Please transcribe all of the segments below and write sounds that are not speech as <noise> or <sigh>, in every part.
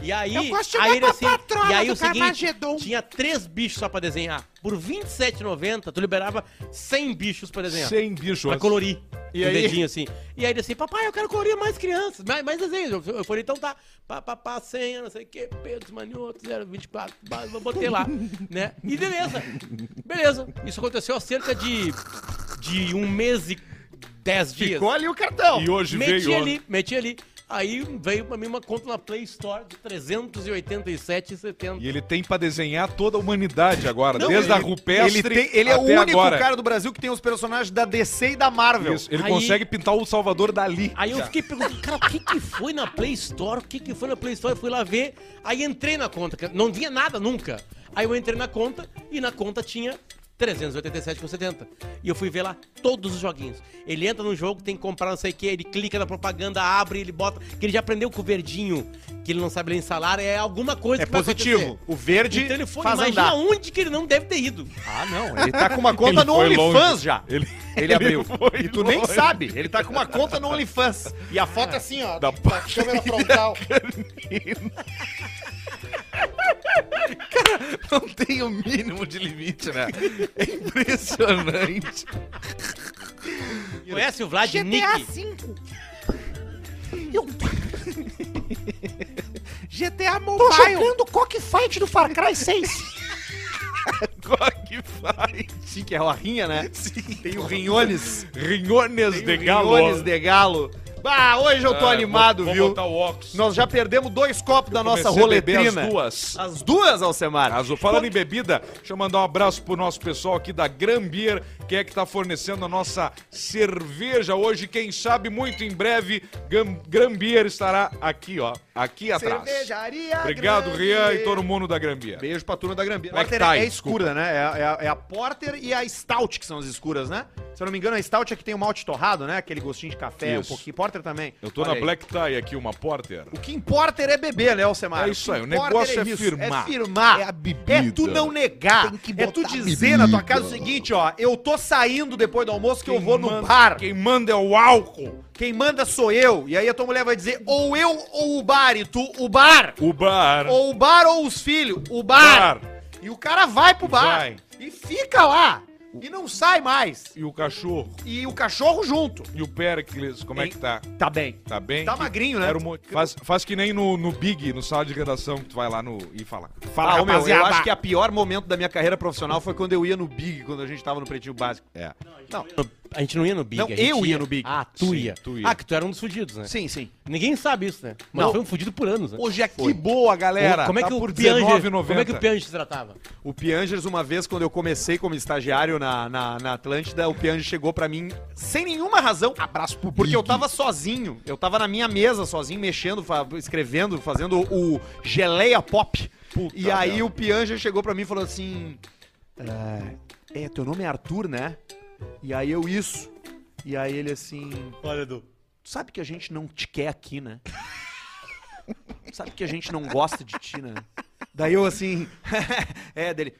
E aí, Eu gosto de aí chamar ele pra assim, patrona e aí do o seguinte, Carmageddon. tinha três bichos só pra desenhar. Por R$27,90, tu liberava 100 bichos pra desenhar. 100 bichos. Pra colorir. E o aí? dedinho assim. E aí ele assim, papai, eu quero colorir mais crianças, mais, mais desenhos. Eu, eu falei, então tá, pá, pá, pá, senha, não sei o que, Pedro Manioto, 024, bah, eu botei lá, né? E beleza, beleza. Isso aconteceu há cerca de, de um mês e dez dias. Ficou ali o cartão. E hoje meti veio. ali, meti ali. Aí veio pra mim uma conta na Play Store de 387,70. E ele tem pra desenhar toda a humanidade agora, Não, desde a ele- rupestre ele tem- ele é o até único agora. cara do Brasil que tem os personagens da DC e da Marvel. Isso, ele Aí- consegue pintar o Salvador Dali. Aí eu fiquei perguntando, cara, o que que foi na Play Store? O que que foi na Play Store? Eu fui lá ver, aí entrei na conta, que não vinha nada nunca. Aí eu entrei na conta e na conta tinha 387,70. E eu fui ver lá todos os joguinhos. Ele entra no jogo, tem que comprar não sei o que, ele clica na propaganda, abre, ele bota. Que ele já aprendeu com o verdinho, que ele não sabe ler em salário, é alguma coisa É que positivo. O verde Então ele foi, faz imagina andar. onde que ele não deve ter ido. Ah, não. um. Ele tá com uma conta Ele no foi OnlyFans longe. já. Ele, Ele- abriu. foi E tu nem longe. sabe. Ele tá com uma conta no OnlyFans. E a foto é assim, ó. Da Tipo, Da câmera <laughs> frontal. Não tem o um mínimo de limite, né? É impressionante. Conhece o Vlad GTA Nick? V. <laughs> Eu- Tô GTA Mobile. jogando cockfight do Far Cry <laughs> 6. que faz? Sim, que é o rinha, né? Sim. Tem o Rinhones. Rinhones Tem o de Galo. Rinhones de Galo. Bah, hoje eu tô Ah, animado, vou, viu? Vou botar o óculos. Nós já perdemos dois copos da nossa Comecei a beber roletrina. As duas. As duas, Alcemar. Mas, falando em bebida, deixa eu mandar um abraço pro nosso pessoal aqui da Grambier, que é que tá fornecendo a nossa cerveja hoje. Quem sabe muito em breve, Gam- Grambier estará aqui, ó. Aqui atrás. Cervejaria Obrigado, Grande. Rian e todo mundo da Grambier. Beijo pra turma da Grambier. Como é que Porter tá é aí? escura, né? É, a- é a- é a Porter e a Stout que são as escuras, né? Se eu não me engano, a Stout é que tem o malte torrado, né? Aquele gostinho de café, um Isso. pouquinho. Porter também. Eu tô Olha na aí. Black Tie aqui, uma Porter. O que importa é beber, né, Alcemar? É isso aí, o que importa negócio é firmar. É firmar. É a bebida. É tu não negar. Tem que É tu botar dizer na tua casa o seguinte, ó. Eu tô saindo depois do almoço que eu vou no manda, bar. Quem manda é o álcool. Quem manda sou eu. E aí a tua mulher vai dizer ou eu ou o bar. E tu, o bar. O bar. Ou o bar ou os filhos. O bar. Bar. E o cara vai pro bar. Vai. E fica lá. E não sai mais. E o cachorro. E o cachorro junto. E o Pericles, como é Hein? que tá? Tá bem. Tá bem? Tá Que- magrinho, né? Era um mo- faz, faz que nem no, no Big, no sala de redação, que tu vai lá no, e fala. Fala, ô, Fala, Ah, meu, eu rapaziada. acho que a pior momento da minha carreira profissional foi quando eu ia no Big, quando a gente tava no Pretinho Básico. É. Não, A gente não ia no Big. Não, a gente eu ia no Big. Ah, tu, Sim, ia. tu ia. Ah, que tu era um dos fudidos, né? sim, sim. Ninguém sabe isso, né? Mas Não. foi um fudido por anos, né? Hoje é que boa, galera. como, é Tá que por o Pianger, R$19,90. como é que o Pianger se tratava? O Piangers, uma vez, quando eu comecei como estagiário na, na, na Atlântida, o Piangers chegou pra mim sem nenhuma Então, razão. Abraço pro Porque eu tava sozinho. Eu tava na minha mesa sozinho, mexendo, fa- escrevendo, fazendo o geleia pop. e aí o Piangers chegou pra mim e falou assim: "Ah, É, teu nome é Arthur, né? E aí eu, isso. E aí ele assim. Olha, Edu. Tu sabe que a gente não te quer aqui, né? <laughs> Tu sabe que a gente não gosta de ti, né? Daí eu assim. <laughs> é, dele.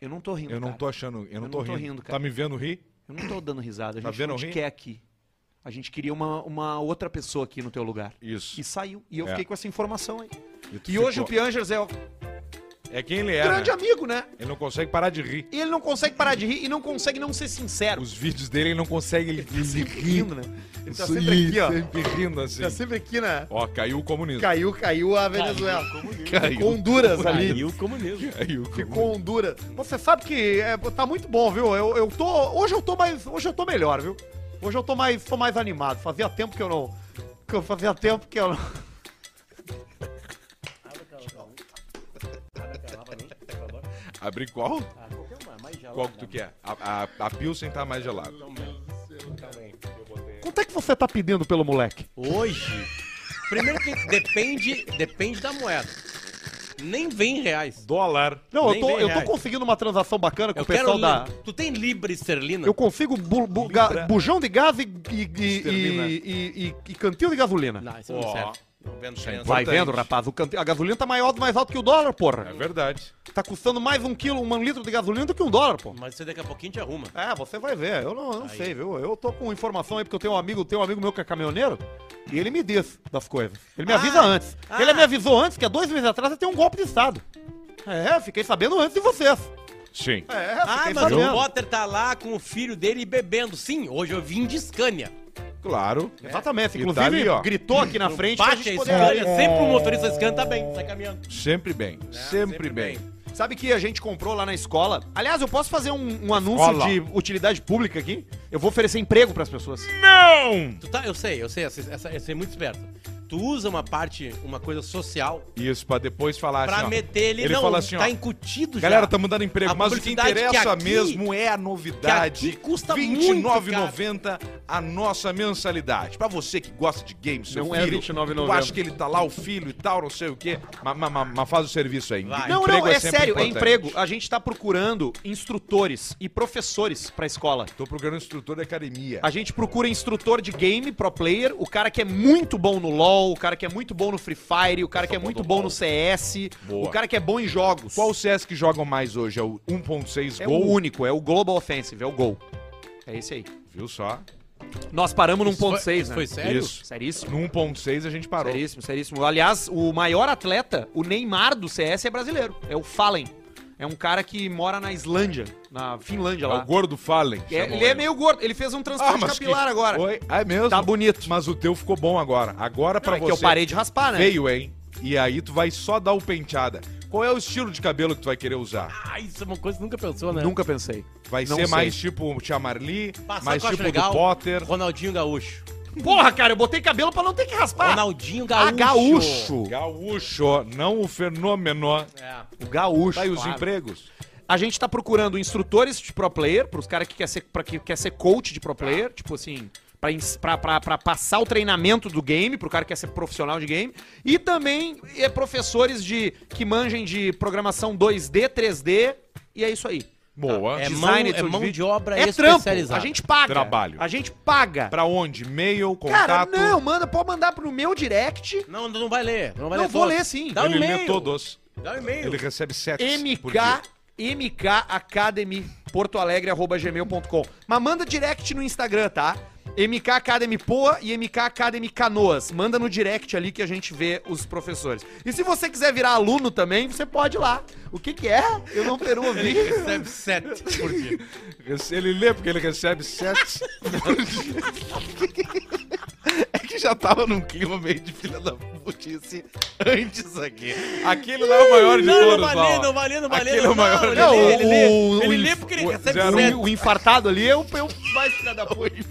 Eu não tô rindo. Eu não cara. tô achando, eu não, tô, rindo. cara. Tá me vendo rir? Eu não tô dando risada. A Tá gente vendo não eu te rir? quer aqui. A gente queria uma, uma outra pessoa aqui no teu lugar. Isso. E saiu. E eu É. fiquei com essa informação aí. E, E hoje o Piangers é o Piangers... É quem ele é, grande né? amigo, né? Ele não consegue parar de rir. E ele não consegue parar de rir e não consegue não ser sincero. Os vídeos dele, ele não consegue... Ele, ele tá Sempre rindo, né? Ele tá Isso, sempre aqui, ó. Sempre rindo, assim. Tá sempre aqui, né? Ó, caiu o comunismo. Caiu, caiu a Venezuela. Caiu. Ficou Honduras ali. Aí o comunismo. Caiu o comunismo. Ficou Honduras. Você sabe que é, tá muito bom, viu? Eu, eu tô. Hoje eu tô mais. Hoje eu tô melhor, viu? Hoje eu tô mais, tô mais animado. Fazia tempo que eu não. Que eu fazia tempo que eu não. Abri qual? Qual que é tu quer? A, a, a Pilsen tá mais gelada. Quanto é que você tá pedindo pelo moleque? Hoje, primeiro que depende, depende da moeda. Nem vem em reais. Dólar. Não, eu Nem tô, bem eu tô reais. conseguindo uma transação bacana com Eu o pessoal quero. da. li- Tu tem libra esterlina? Eu consigo bu- bu- ga- Libra. bujão de gás e, e, e, Esterlina. e- e- e cantil de gasolina. Não, isso não Ó. serve. Não vendo criança. Vai vendo, rapaz. o cante- A gasolina tá maior, mais alto que o dólar, É porra. verdade. Tá custando mais um quilo, um litro de gasolina do que um dólar, porra. Mas você daqui a pouquinho te arruma. É, você vai ver. Eu não, eu não Aí. sei, viu? Eu tô com informação aí, porque eu tenho um amigo, tenho um amigo meu que é caminhoneiro, e ele me diz das coisas. Ele me avisa antes. ah. Ele é me avisou antes que há dois meses atrás ia ter um golpe de Estado. É, fiquei sabendo antes de vocês. Sim. É, Ah, fiquei mas o sabendo. Potter tá lá com o filho dele bebendo. Sim, hoje eu vim de Scania. Claro. É. Exatamente. E Inclusive, tá ali, ó. gritou aqui na frente que a Bate gente É. a poderia- Scania, sempre o motorista Scania tá bem, sai caminhando. Sempre bem. sempre, É, sempre bem. bem. Sabe que a gente comprou lá na escola? Aliás, eu posso fazer um, um anúncio Escola. de utilidade pública aqui? Eu vou oferecer emprego pras pessoas. Não! Tu tá, eu sei, eu sei, essa, essa, essa é muito esperta. Tu usa uma parte, uma coisa social Isso, pra depois Assim, falar assim, pra ó. meter ele, Ele não, fala assim, ó. tá incutido já. Galera, estamos dando emprego, A mas o que publicidade que interessa aqui- mesmo é a que novidade. aqui custa R$ muito, 29,90 a nossa mensalidade. Pra você que gosta de games, seu Não é filho, R$29,90. tu acha que ele tá lá, o filho e tal, não sei o quê, mas faz o serviço aí. Vai. Não, não, é, sempre sério, é importante. emprego. A gente tá procurando instrutores e professores pra escola. Tô procurando um instrutor de academia. A gente procura instrutor de game, pro player, o cara que é muito bom no LoL, o cara que é muito bom no Free Fire, o cara que é muito bom no CS, Boa. o cara que é bom em jogos. Qual o CS que jogam mais hoje? É o 1.6 é Gol? o único, é o Global Offensive, é o gol. É esse aí. Viu só? Nós paramos no Isso foi- 1.6, isso né? foi sério? Isso. Seríssimo. No 1.6 a gente parou. Seríssimo, seríssimo. Aliás, o maior atleta, o Neymar do CS é brasileiro, é o Fallen. É um cara que mora na Islândia, na Finlândia É lá. o gordo Fallen. É, chamam ele é meio gordo, ele fez um Ah, transplante mas capilar que... agora. Oi? Ah, é mesmo? Tá bonito. Mas o teu ficou bom agora. Agora pra é você. que eu parei de raspar, né? Feio, hein? E aí tu vai só dar o penteada. Qual é o estilo de cabelo que tu vai querer usar? Ah, isso é uma coisa que nunca pensou, né? Nunca pensei. Vai Não ser sei. mais tipo o Tia Marli, Passar mais que eu acho tipo legal. do Potter. Ronaldinho Gaúcho. Porra, cara, eu botei cabelo pra não ter que raspar. Ronaldinho Ah, Gaúcho. gaúcho. Gaúcho, não o fenômeno. É. O gaúcho. Tá aí os claro. empregos. A gente tá procurando instrutores de pro player, pros caras que quer ser para que quer ser coach de pro player, tipo assim, pra ins- pra- pra pra passar o treinamento do game pro cara que quer ser profissional de game, e também é, professores de que manjem de programação 2D, 3D, e é isso aí. Boa. É Design, mão, é editor de mão vídeo. de obra É trampo, especializada. a gente paga. Trabalho. A gente paga. Pra onde? E-mail, Cara, contato? não, manda, pode mandar pro meu direct. Não, não vai ler. Não, vai Não ler vou todos. ler, sim. Dá um Ele lê e-mail. todos. Dá um e-mail. Ele recebe sete por dia. MK, MK Academy, Porto Alegre, arroba gmail.com. Mas manda direct no Instagram, tá? MK Academy Poa e MK Academy Canoas. Manda no direct ali que a gente vê os professores. E se você quiser virar aluno também, você pode ir lá. O que que é? Eu não quero ouvir. Recebe sete por dia. Ele lê porque ele recebe sete. <laughs> É que já tava num clima meio de <laughs> filha da putice antes aqui. Aquele lá é o maior de Não, todos. não vai ler, ó. não vai ler, não vai ler. Aquele é o maior. Ele Não, lê, ele o- lê. o- um. Ele lê porque ele o- recebe zero- sete. O infartado ali, eu, eu Mais filha da putice.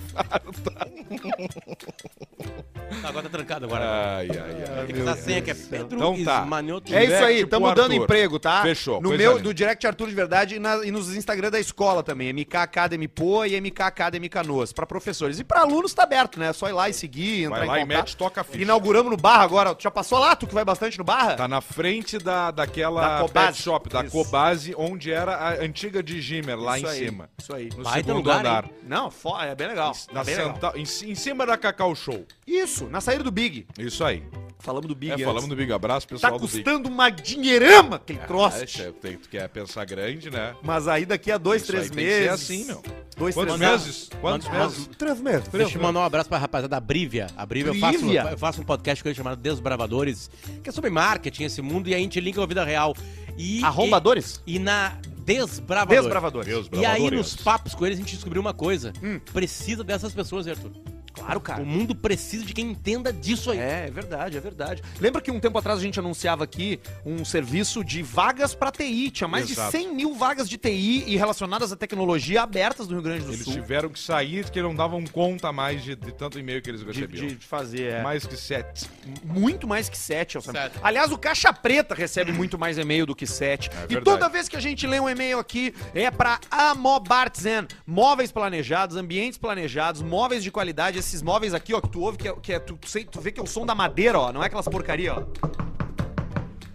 Tá, Agora tá trancado agora. Ai, ai, ai. Tem que usar a senha que é Pedro Então tá. Ismanioto. É isso aí, Direct pro tamo dando Arthur. emprego, tá? Fechou, é. No coisa meu, linda. do Direct Arthur de Verdade e, na- e nos Instagram da escola também, MK Academy Poa e MK Academy Canoas, pra professores. E pra alunos tá aberto, né? É só ir lá e seguir, entrar Vai lá em e contato. mete, toca a ficha. Inauguramos no Barra agora. Tu já passou lá, tu que vai bastante no Barra? Tá na frente da, Da daquela Cobase. pet shop, da Isso. Cobase, onde era a antiga de Gimmer, lá Isso em aí, cima. Isso aí. No Baita segundo lugar, andar. hein? Não, fo- é bem legal. Na é bem legal. central- em, ci- em cima da Cacau Show. Isso, na saída do Big. Isso aí. Falamos do Big É, antes. falamos do Big Abraço, Tá pessoal do Big. custando uma dinheirama aquele Ah, cross. isso é, tem, tu quer pensar grande, né? Mas aí daqui a dois, Isso três aí tem que ser meses... assim, meu. Dois, Quantos três meses? Quantos Manda- meses? Três meses. Deixa eu mandar um abraço pra rapaziada da Brivia. A Brivia, Eu, Brivia? faço, eu faço um podcast com eles chamado Desbravadores, que é sobre marketing, esse mundo, e a gente linka com a vida real. E, Arrombadores? E, e na Desbravadores. Desbravadores. Deus, E aí, bravadores. nos papos com eles, a gente descobriu uma coisa. Hum. Precisa dessas pessoas, né, Arthur. Claro, Tá. cara. O mundo precisa de quem entenda disso aí. É, é verdade, é verdade. Lembra que um tempo atrás a gente anunciava aqui um serviço de vagas pra TI? Tinha mais Exato. de 100 mil vagas de TI e relacionadas à tecnologia abertas no Rio Grande do Eles Sul. tiveram que sair porque não davam conta mais de, de tanto e-mail que um. eles De, recebiam. de- de fazer, é. Mais que sete. Muito mais que 7, eu Sete. Aliás, o Caixa Preta recebe muito mais e-mail do que 7. e É verdade. toda vez que a gente lê um e-mail aqui, é pra Amobartzen. Móveis planejados, ambientes planejados, móveis de qualidade. Esses móveis aqui, ó, que tu ouve, que é, que é- tu, sei- tu vê que é o som da madeira, ó. Não é aquelas porcaria, ó.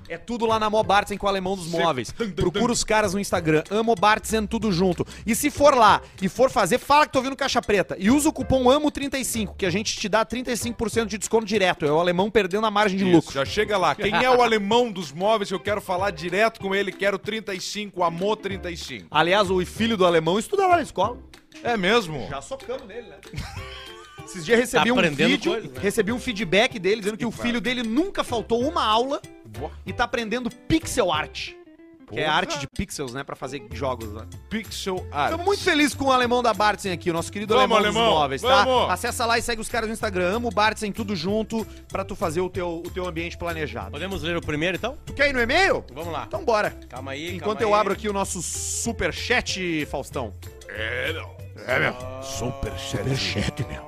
É tudo lá na Mobartzen com o Alemão dos Móveis. Procura os caras no Instagram, Amo Bartzen, tudo junto. E se for lá e for fazer, fala que tô ouvindo Caixa Preta. E usa o cupom AMO35, que a gente te dá 35% de desconto direto. É o alemão perdendo a margem de Isso, lucro. já chega lá. Quem é o alemão dos móveis? Eu quero falar direto com ele. Quero 35, amor 35. Aliás, o filho do alemão estuda lá na escola. É mesmo? Já socamos nele, né? Esses dias recebi um aprendendo vídeo, coisa, né? recebi um feedback dele dizendo que o filho dele nunca faltou uma aula Boa. e tá aprendendo pixel art. Que é Porra. arte de pixels, né? Pra fazer jogos, né? Pixel Art. Estamos muito felizes com o alemão da Bartzen aqui, o nosso querido Vamos, alemão, dos alemão, móveis, vamos. tá? Acessa lá e segue os caras no Instagram, amo Bartzen, tudo junto, pra tu fazer o teu, o teu ambiente planejado. Podemos ler o primeiro, então? Tu quer ir no e-mail? Vamos lá. Então bora. Calma aí, Enquanto eu calma aí. abro aqui o nosso superchat, Faustão. É, meu.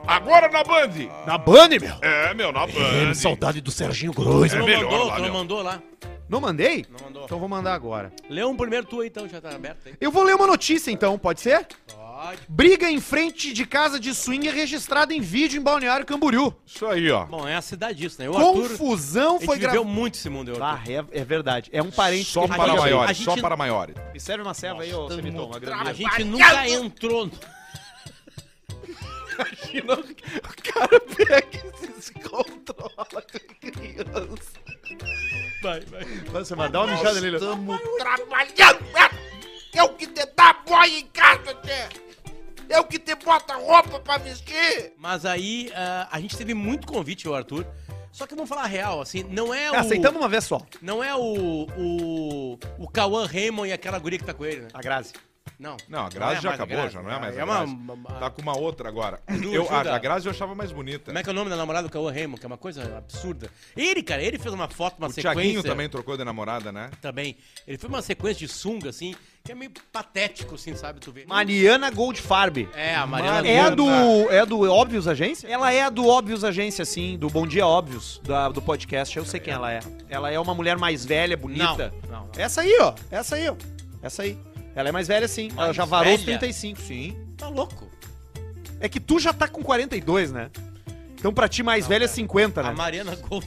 Ah. Agora na Band. Na Bunny, meu! É, meu, na Band. Saudade do Serginho Grosso. Tu não É melhor mandou, lá, tu não meu. mandou lá. Não mandei? Não mandou. Então vou mandar agora. Lê um primeiro tu aí, então, já tá aberto aí. Eu vou ler uma notícia então, pode ser? Pode. Briga em frente de casa de swing é registrada em vídeo em Balneário Camboriú. Isso aí, ó. Bom, é a cidade disso, né? O Arthur, Confusão a gente foi viveu um- gravada. muito esse mundo, eu, Ah, Arthur. é, é verdade. É um parente Só que para fica- maior. maiores, gente- só para maiores. Me serve uma serva aí, ô Semiton, uma A grande. gente nunca entrou... no- O cara pega e se controla com a criança. Vai, vai. Você mandar uma mijada nele. Estamos trabalhando. é. Eu que te dá boia em casa, tchê. Eu que te bota roupa pra vestir. Mas aí, ah, a gente teve muito convite, o Arthur. Só que vamos falar a real, assim, não é o... Aceitamos uma vez só. Não é o... O, o Cauã Raymond e aquela guria que tá com ele, né? A Grazi. Não. Não, a Não é Grazi já mais a acabou, Grazi. já não é mais É a uma- Grazi. uma- Tá com uma outra agora. Edu, Eu, a, ajuda. a Grazi eu achava mais bonita. Como é que é o nome da namorada do Cauã Raymond? Que é uma coisa absurda. Ele, cara, ele fez uma foto, uma O sequência... Thiaguinho também trocou de namorada, né? também. Ele foi uma sequência de sunga, assim, que é meio patético, assim, sabe? Tu vê. Mariana Goldfarb. É, a Mariana. É a Gold. do. É a do Óbvios Agência? Ela é a do Óbvios Agência, sim, do Bom Dia Óbvios, da- do podcast. Eu sei quem ela é. Ela é uma mulher mais velha, bonita. Não, não, não. Essa aí, ó. Essa aí, ó. Essa aí. Ela é mais velha, sim. ela Mais já varou os velha? 35, sim. Tá louco. É que tu já tá com 42, né? Então pra ti mais velha é 50, né? A Mariana Gold.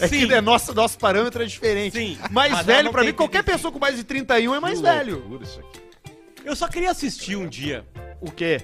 É Sim. que é nosso, nosso parâmetro é diferente. Sim. Mais Mas ela velho, não pra tem mim, qualquer 35. pessoa com mais de 31 é mais Que velho. loucura isso aqui. Eu só queria assistir um dia O quê?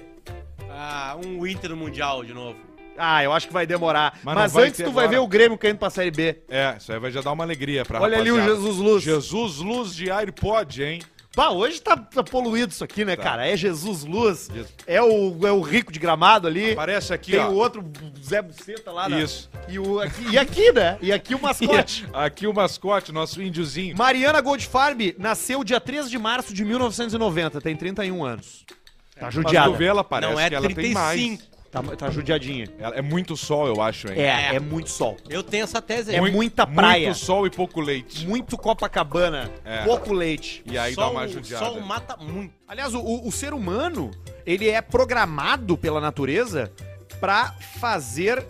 ah, um Inter Mundial de novo. Ah, eu acho que vai demorar. Mas Mas, não vai antes ter tu vai agora. ver o Grêmio caindo pra Série B. É, isso aí vai já dar uma alegria pra Olha ali o rapaziada. Jesus Luz. Jesus Luz de iPod, hein? Bah, hoje tá, tá poluído isso aqui, né, cara? É Jesus Luz, Jesus. é o, é o rico de gramado ali. Aparece aqui, Tem ó. o outro Zé Buceta lá. na- Isso. E, o, aqui, e aqui, né? <laughs> E aqui o mascote. <laughs> Aqui o mascote, nosso índiozinho. Mariana Goldfarb nasceu dia 13 de março de 1990, tem 31 anos. Tá Mas tu judiada. vê, ela parece não é que ela tem mais. 35. Tá, tá judiadinha. Ela- é muito sol, eu acho, hein? É, é muito sol. Eu tenho essa tese aí. É muita praia. Muito sol e pouco leite. Muito Copacabana, É. pouco leite. E aí dá Sol- uma judiada. Sol mata muito. Aliás, o- o, o ser humano, ele é programado pela natureza pra fazer.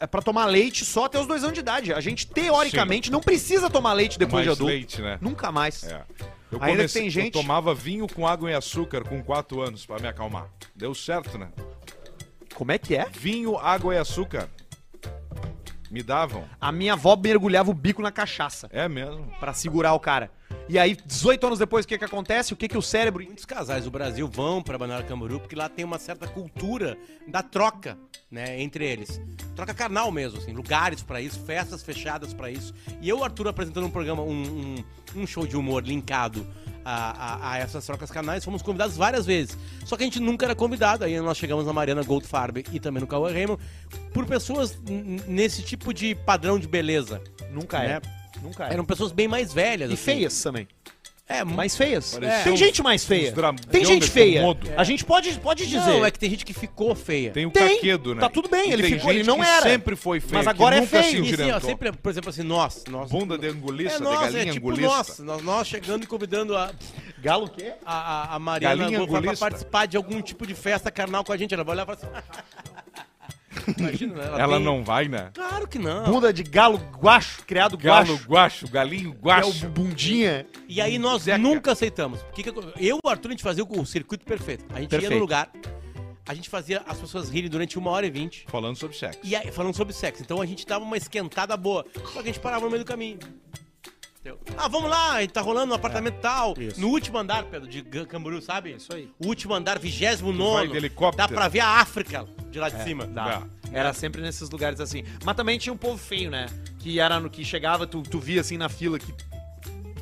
É, pra tomar leite só até os dois anos de idade. A gente, teoricamente, não precisa tomar leite depois mais de adulto. leite, né? Nunca mais. É. Eu Ainda comecei, tem gente- Eu tomava vinho com água e açúcar com 4 anos pra me acalmar. Deu certo, né? Como é que é? Vinho, água e açúcar. Me davam. A minha avó mergulhava o bico na cachaça É mesmo. pra segurar o cara. E aí, 18 anos depois, o que que acontece? O que que o cérebro... Muitos casais do Brasil vão pra Balneário Camboriú porque lá tem uma certa cultura da troca, né, entre eles. Troca carnal mesmo, assim, lugares pra isso, festas fechadas pra isso. E eu, Arthur, apresentando um programa, um, um, um show de humor linkado a, a- a essas trocas carnais, fomos convidados várias vezes. Só que a gente nunca era convidado, aí nós chegamos na Mariana Goldfarb e também no Cauã Raymond, por pessoas n- n- nesse tipo de padrão de beleza. Nunca é. Né? Nunca é. Eram pessoas bem mais velhas, E assim. feias também. É, mais Mais feias. Parecia Tem uns- gente mais uns feia. dra- Tem gente Anderson feia. Modo. A gente pode, pode dizer. Não, é que tem gente que ficou feia. Tem o Tem. caquedo, né? Tá tudo bem, E ele tem ficou- ele gente não que era. sempre foi feio. Mas que agura é nunca se feio. E assim, ó, endireitou. sempre, por exemplo, assim, nós. nós Bunda de angulista, é de nós, galinha é tipo angulista. nós, nós. Nós chegando e convidando a, Galo o quê? a, a- a Mariana Galinha Goldfarb pra angulista. participar de algum tipo de festa carnal com a gente. Ela vai olhar e falar assim... <laughs> Imagina, né? Ela tem- não vai, né? Claro que não. Bunda de galo guacho, criado Galo guacho. guacho, galinho Que é o guacho. bundinha. E aí nós Zeca. nunca aceitamos. O que que acon- eu e o Arthur, a gente fazia o o circuito perfeito. A gente ia Perfeito. no lugar, a gente fazia as pessoas rirem durante uma hora e vinte. Falando sobre sexo. E aí, falando sobre sexo, então a gente dava uma esquentada boa. Só que a gente parava no meio do caminho. Deu. Ah, vamos lá, tá rolando no apartamento tal. Isso. No último andar, Pedro, de G- Camboriú, sabe? Isso aí. O último andar, 29 vai de helicóptero. Dá pra ver a África de lá de cima. Dá. Tá. Era sempre nesses lugares assim. Mas também tinha um povo feio, né? Que era no que chegava, tu, tu via assim na fila que.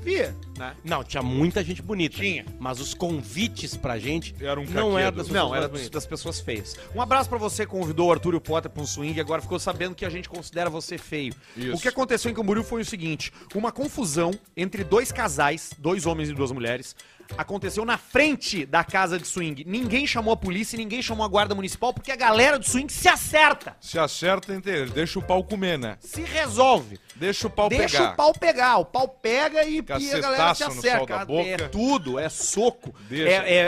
Via, né? Não, tinha muita gente bonita. Tinha. Mas os convites pra gente Era um não era caquedo. das pessoas Não, mais era bonitas. das pessoas feias. Um abraço pra você que convidou o Arthur e o Potter pra um swing e agora ficou sabendo que a gente considera você feio. Isso. O que aconteceu em Camboriú foi o seguinte: uma confusão entre dois casais, dois homens e duas mulheres, aconteceu na frente da casa de swing. Ninguém chamou a polícia, ninguém chamou a guarda municipal, porque a galera do swing se acerta, Se acerta inteiro, deixa o pau comer, né? se resolve. Deixa o pau Deixa pegar. o pau pegar, o pau pega e, e a Cacetaço galera se no sol da acerca. boca. É tudo, é soco, Deixa. é, é-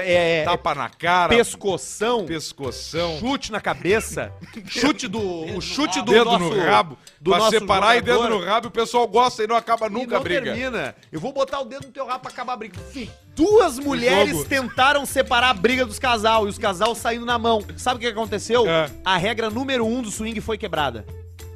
é- Tá. é Tapa na cara, pescoção, pescoção, chute na cabeça, chute do, o chute do dedo nosso, no rabo. do pra nosso separar e dedo jogador, no rabo, o pessoal gosta e não acaba e nunca não a briga. termina. Eu vou botar o dedo no teu rabo pra acabar a briga. Enfim, duas mulheres jogo. tentaram separar a briga dos casal e os casal saindo na mão. Sabe o que aconteceu? É. A regra número um do swing foi quebrada.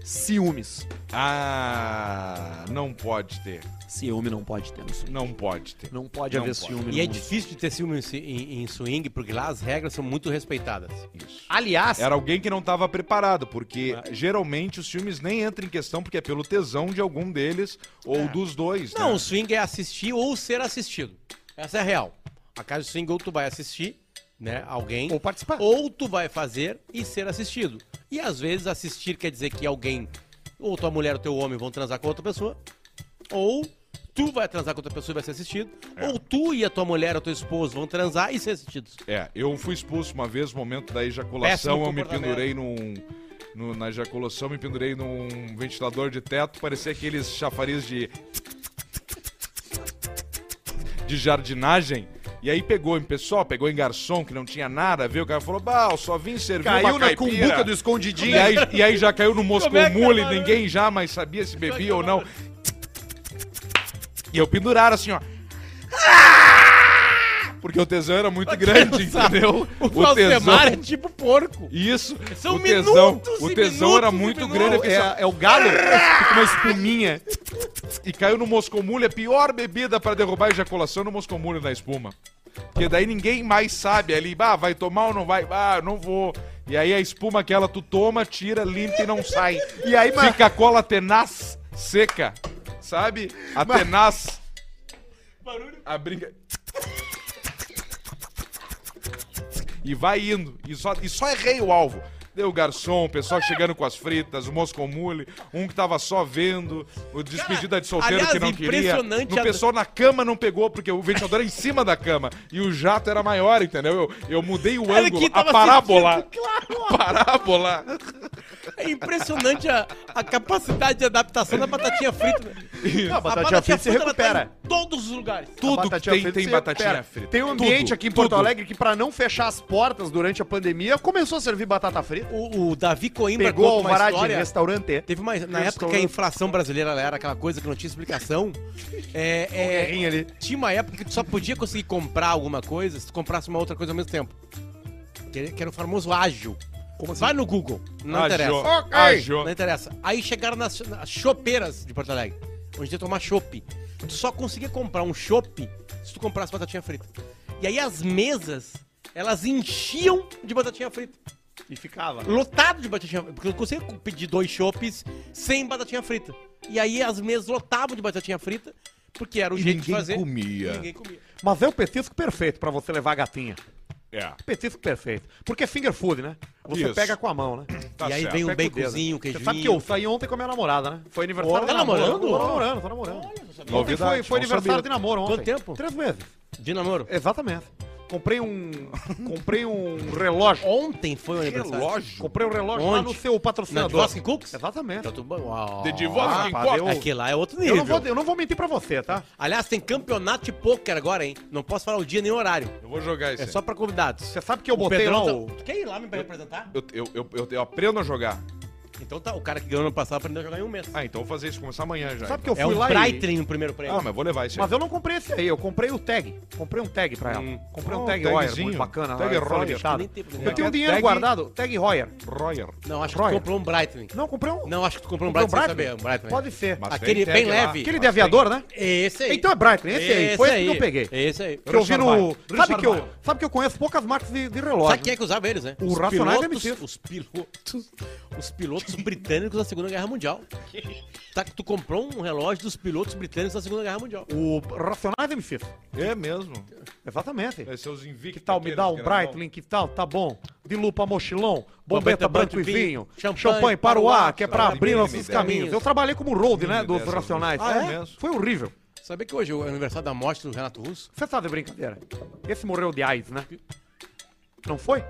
Ciúmes. Ah, não pode ter. Ciúme não pode ter no swing. Não pode ter. Não pode Não haver pode. ciúme E é mundo. difícil de ter ciúme em si- em, em swing, porque lá as regras são muito respeitadas. Isso. Aliás, Era alguém que não estava preparado, porque geralmente os filmes nem entram em questão porque é pelo tesão de algum deles ou dos dois. Não, né? o swing é assistir ou ser assistido. Essa é a real. A casa de swing ou tu vai assistir, né, alguém, ou participar. <laughs> ou tu vai fazer e ser assistido. E às vezes assistir quer dizer que alguém, ou tua mulher ou teu homem vão transar com outra pessoa, ou tu vai transar com outra pessoa e vai ser assistido, É. ou tu e a tua mulher ou teu esposo vão transar e ser <laughs> assistidos. É, eu fui expulso uma vez no momento da ejaculação, Péssimo eu me comportamento. pendurei num. no- na ejaculação, me pendurei num ventilador de teto, parecia aqueles chafariz de. de jardinagem. E aí pegou em pessoal, pegou em garçom que não tinha nada, viu? O cara falou, bah, eu só vim servir Caiu uma na caipira." cumbuca do escondidinho. E aí, e aí já caiu no Moscou é que é Mule, barulho? ninguém já mais sabia se bebia ou não. E eu pendurado assim, ó. Porque o tesão era muito grande, entendeu? <laughs> O, Alcemar é tipo porco. Isso. São o tesão, minutos o e tesão era minutos e muito minutos. grande. É, é o galo, fica uma espuminha. <laughs> E caiu no moscomulho, a pior bebida para derrubar a ejaculação no moscomulho na espuma. Porque daí ninguém mais sabe ali, ah, vai tomar ou não vai? Ah, não vou. E aí a espuma aquela tu toma, tira, limpa e não sai. E aí, mas- Fica a cola tenaz, seca. Sabe? A tenaz. A briga. E vai indo. E só, e só errei o alvo. Deu o garçom, o pessoal chegando com as fritas, o moscomule, um que tava só vendo, o despedida de solteiro aliás, que não queria. impressionante O a- pessoal na cama não pegou, porque o ventilador era em cima da cama. E o jato era maior, entendeu? Eu, eu mudei o Olha ângulo, aqui, a tava parábola. A <laughs> parábola. É impressionante a, a capacidade de adaptação da batatinha frita. Não, <laughs> a batatinha frita se ela tá recupera. em todos os lugares. A Tudo que batatinha tem, frita tem se batatinha recupera. frita. Tem um Tudo, ambiente aqui em Porto tudo. Alegre que, pra não fechar as portas durante a pandemia, começou a servir batata frita. O, o Davi Coimbra Pegou conta uma alvará de história- restaurante. Teve uma. Na Eu época estou- que a inflação brasileira ela era aquela coisa que não tinha explicação. é, é, guerrinha ali. tinha uma época que tu só podia conseguir comprar alguma coisa se tu comprasse uma outra coisa ao mesmo tempo. Que, que era o famoso ágil. assim? Vai no Google, não Ah, interessa. Jo, Ok. ah, Jo. Não interessa. Aí chegaram nas, nas chopeiras de Porto Alegre, onde ia tomar chopp. Tu só conseguia comprar um chopp se tu comprasse batatinha frita. E aí as mesas, elas enchiam de batatinha frita. E ficava. Lotado de batatinha frita. Porque eu não conseguia pedir dois chopps sem batatinha frita. E aí as mesas lotavam de batatinha frita, porque era o E jeito de ninguém fazer. comia. E Ninguém comia. Mas é o petisco perfeito pra você levar a gatinha. É, Petisco perfeito. Porque é finger food, né? Você Isso. pega com a mão, né? tá e aí certo. vem um Pega com o dedo. baconzinho, um Você queijinho. né? sabe que eu saí ontem com a minha namorada, né? Foi aniversário Tá da namoro. namorando? Tô namorando, tô namorando. Ontem foi, Novidade, foi não aniversário sabia. de namoro ontem. Quanto tempo? Três meses. De namoro. Exatamente. Comprei um. comprei um relógio. Ontem foi o aniversário. Relógio. Comprei um relógio lá Onde? no seu Na patrocinador. Divoskin Cooks? É Exatamente. Eu tô- Uau. Ah, De divórcio, rapaz, corta. eu- Aqui lá é outro nível. Eu não, vou, eu não vou mentir pra você, tá? Aliás, tem campeonato de pôquer agora, hein? Não posso falar o dia nem o horário. Eu vou jogar isso. É aí. só pra convidados. tá- Você sabe que eu botei lá o. Quem ir lá me representar? Eu, eu, eu, eu aprendo a jogar. Então tá, o cara que ganhou ano passado aprendeu a jogar em um mês. Ah, então eu vou fazer isso, começar amanhã já. Sabe que então. eu fui é o lá e... Breitling no primeiro prêmio. Ah, mas eu vou levar esse aí. Mas eu não comprei esse aí, eu comprei o tag. Comprei um tag pra ela. Hum. Comprei um Ah, um tag Royer, tagzinho. muito bacana. Tag lá, fora Royer. fechado. Nem tem problema. Eu tenho um dinheiro Tag- guardado, tag Royer. Royer. Não, acho que Royer. tu comprou um Breitling. Não, comprei um... Não, acho que tu comprou um comprei Breitling sem saber. Um Breitling. Pode ser. Mas Aquele tem bem tag leve. Aquele Mas de tem. aviador, né? Esse aí. Então é Breitling, esse aí. Foi esse que eu peguei. Esse aí. Que eu vi no... Richard Mille. Sabe que eu, Richard sabe que eu conheço poucas marcas de, de relógio. Sabe quem é que usava eles, né? O Racionais é pilotos, MCs. Os pilotos. Os pilotos britânicos da Segunda Guerra Mundial. Tá que tu comprou um relógio dos pilotos britânicos da Segunda Guerra Mundial. O Racionais MC. É mesmo. Exatamente. Vai ser os É, invictos. Que tal? Me dá um aqueles grandão. Breitling, que tal? Tá bom. De lupa mochilão, Bombeta bombeta branco e vinho, champanhe para o ar, que é pra Sabe, abrir mini nossos dessas. caminhos. Eu trabalhei como road, né, Mini dos dessas. Racionais. Ah, é É, mesmo? Foi horrível. Sabe que hoje é o aniversário da morte do Renato Russo? Você sabe de brincadeira. Esse morreu de AIDS, né? Não foi?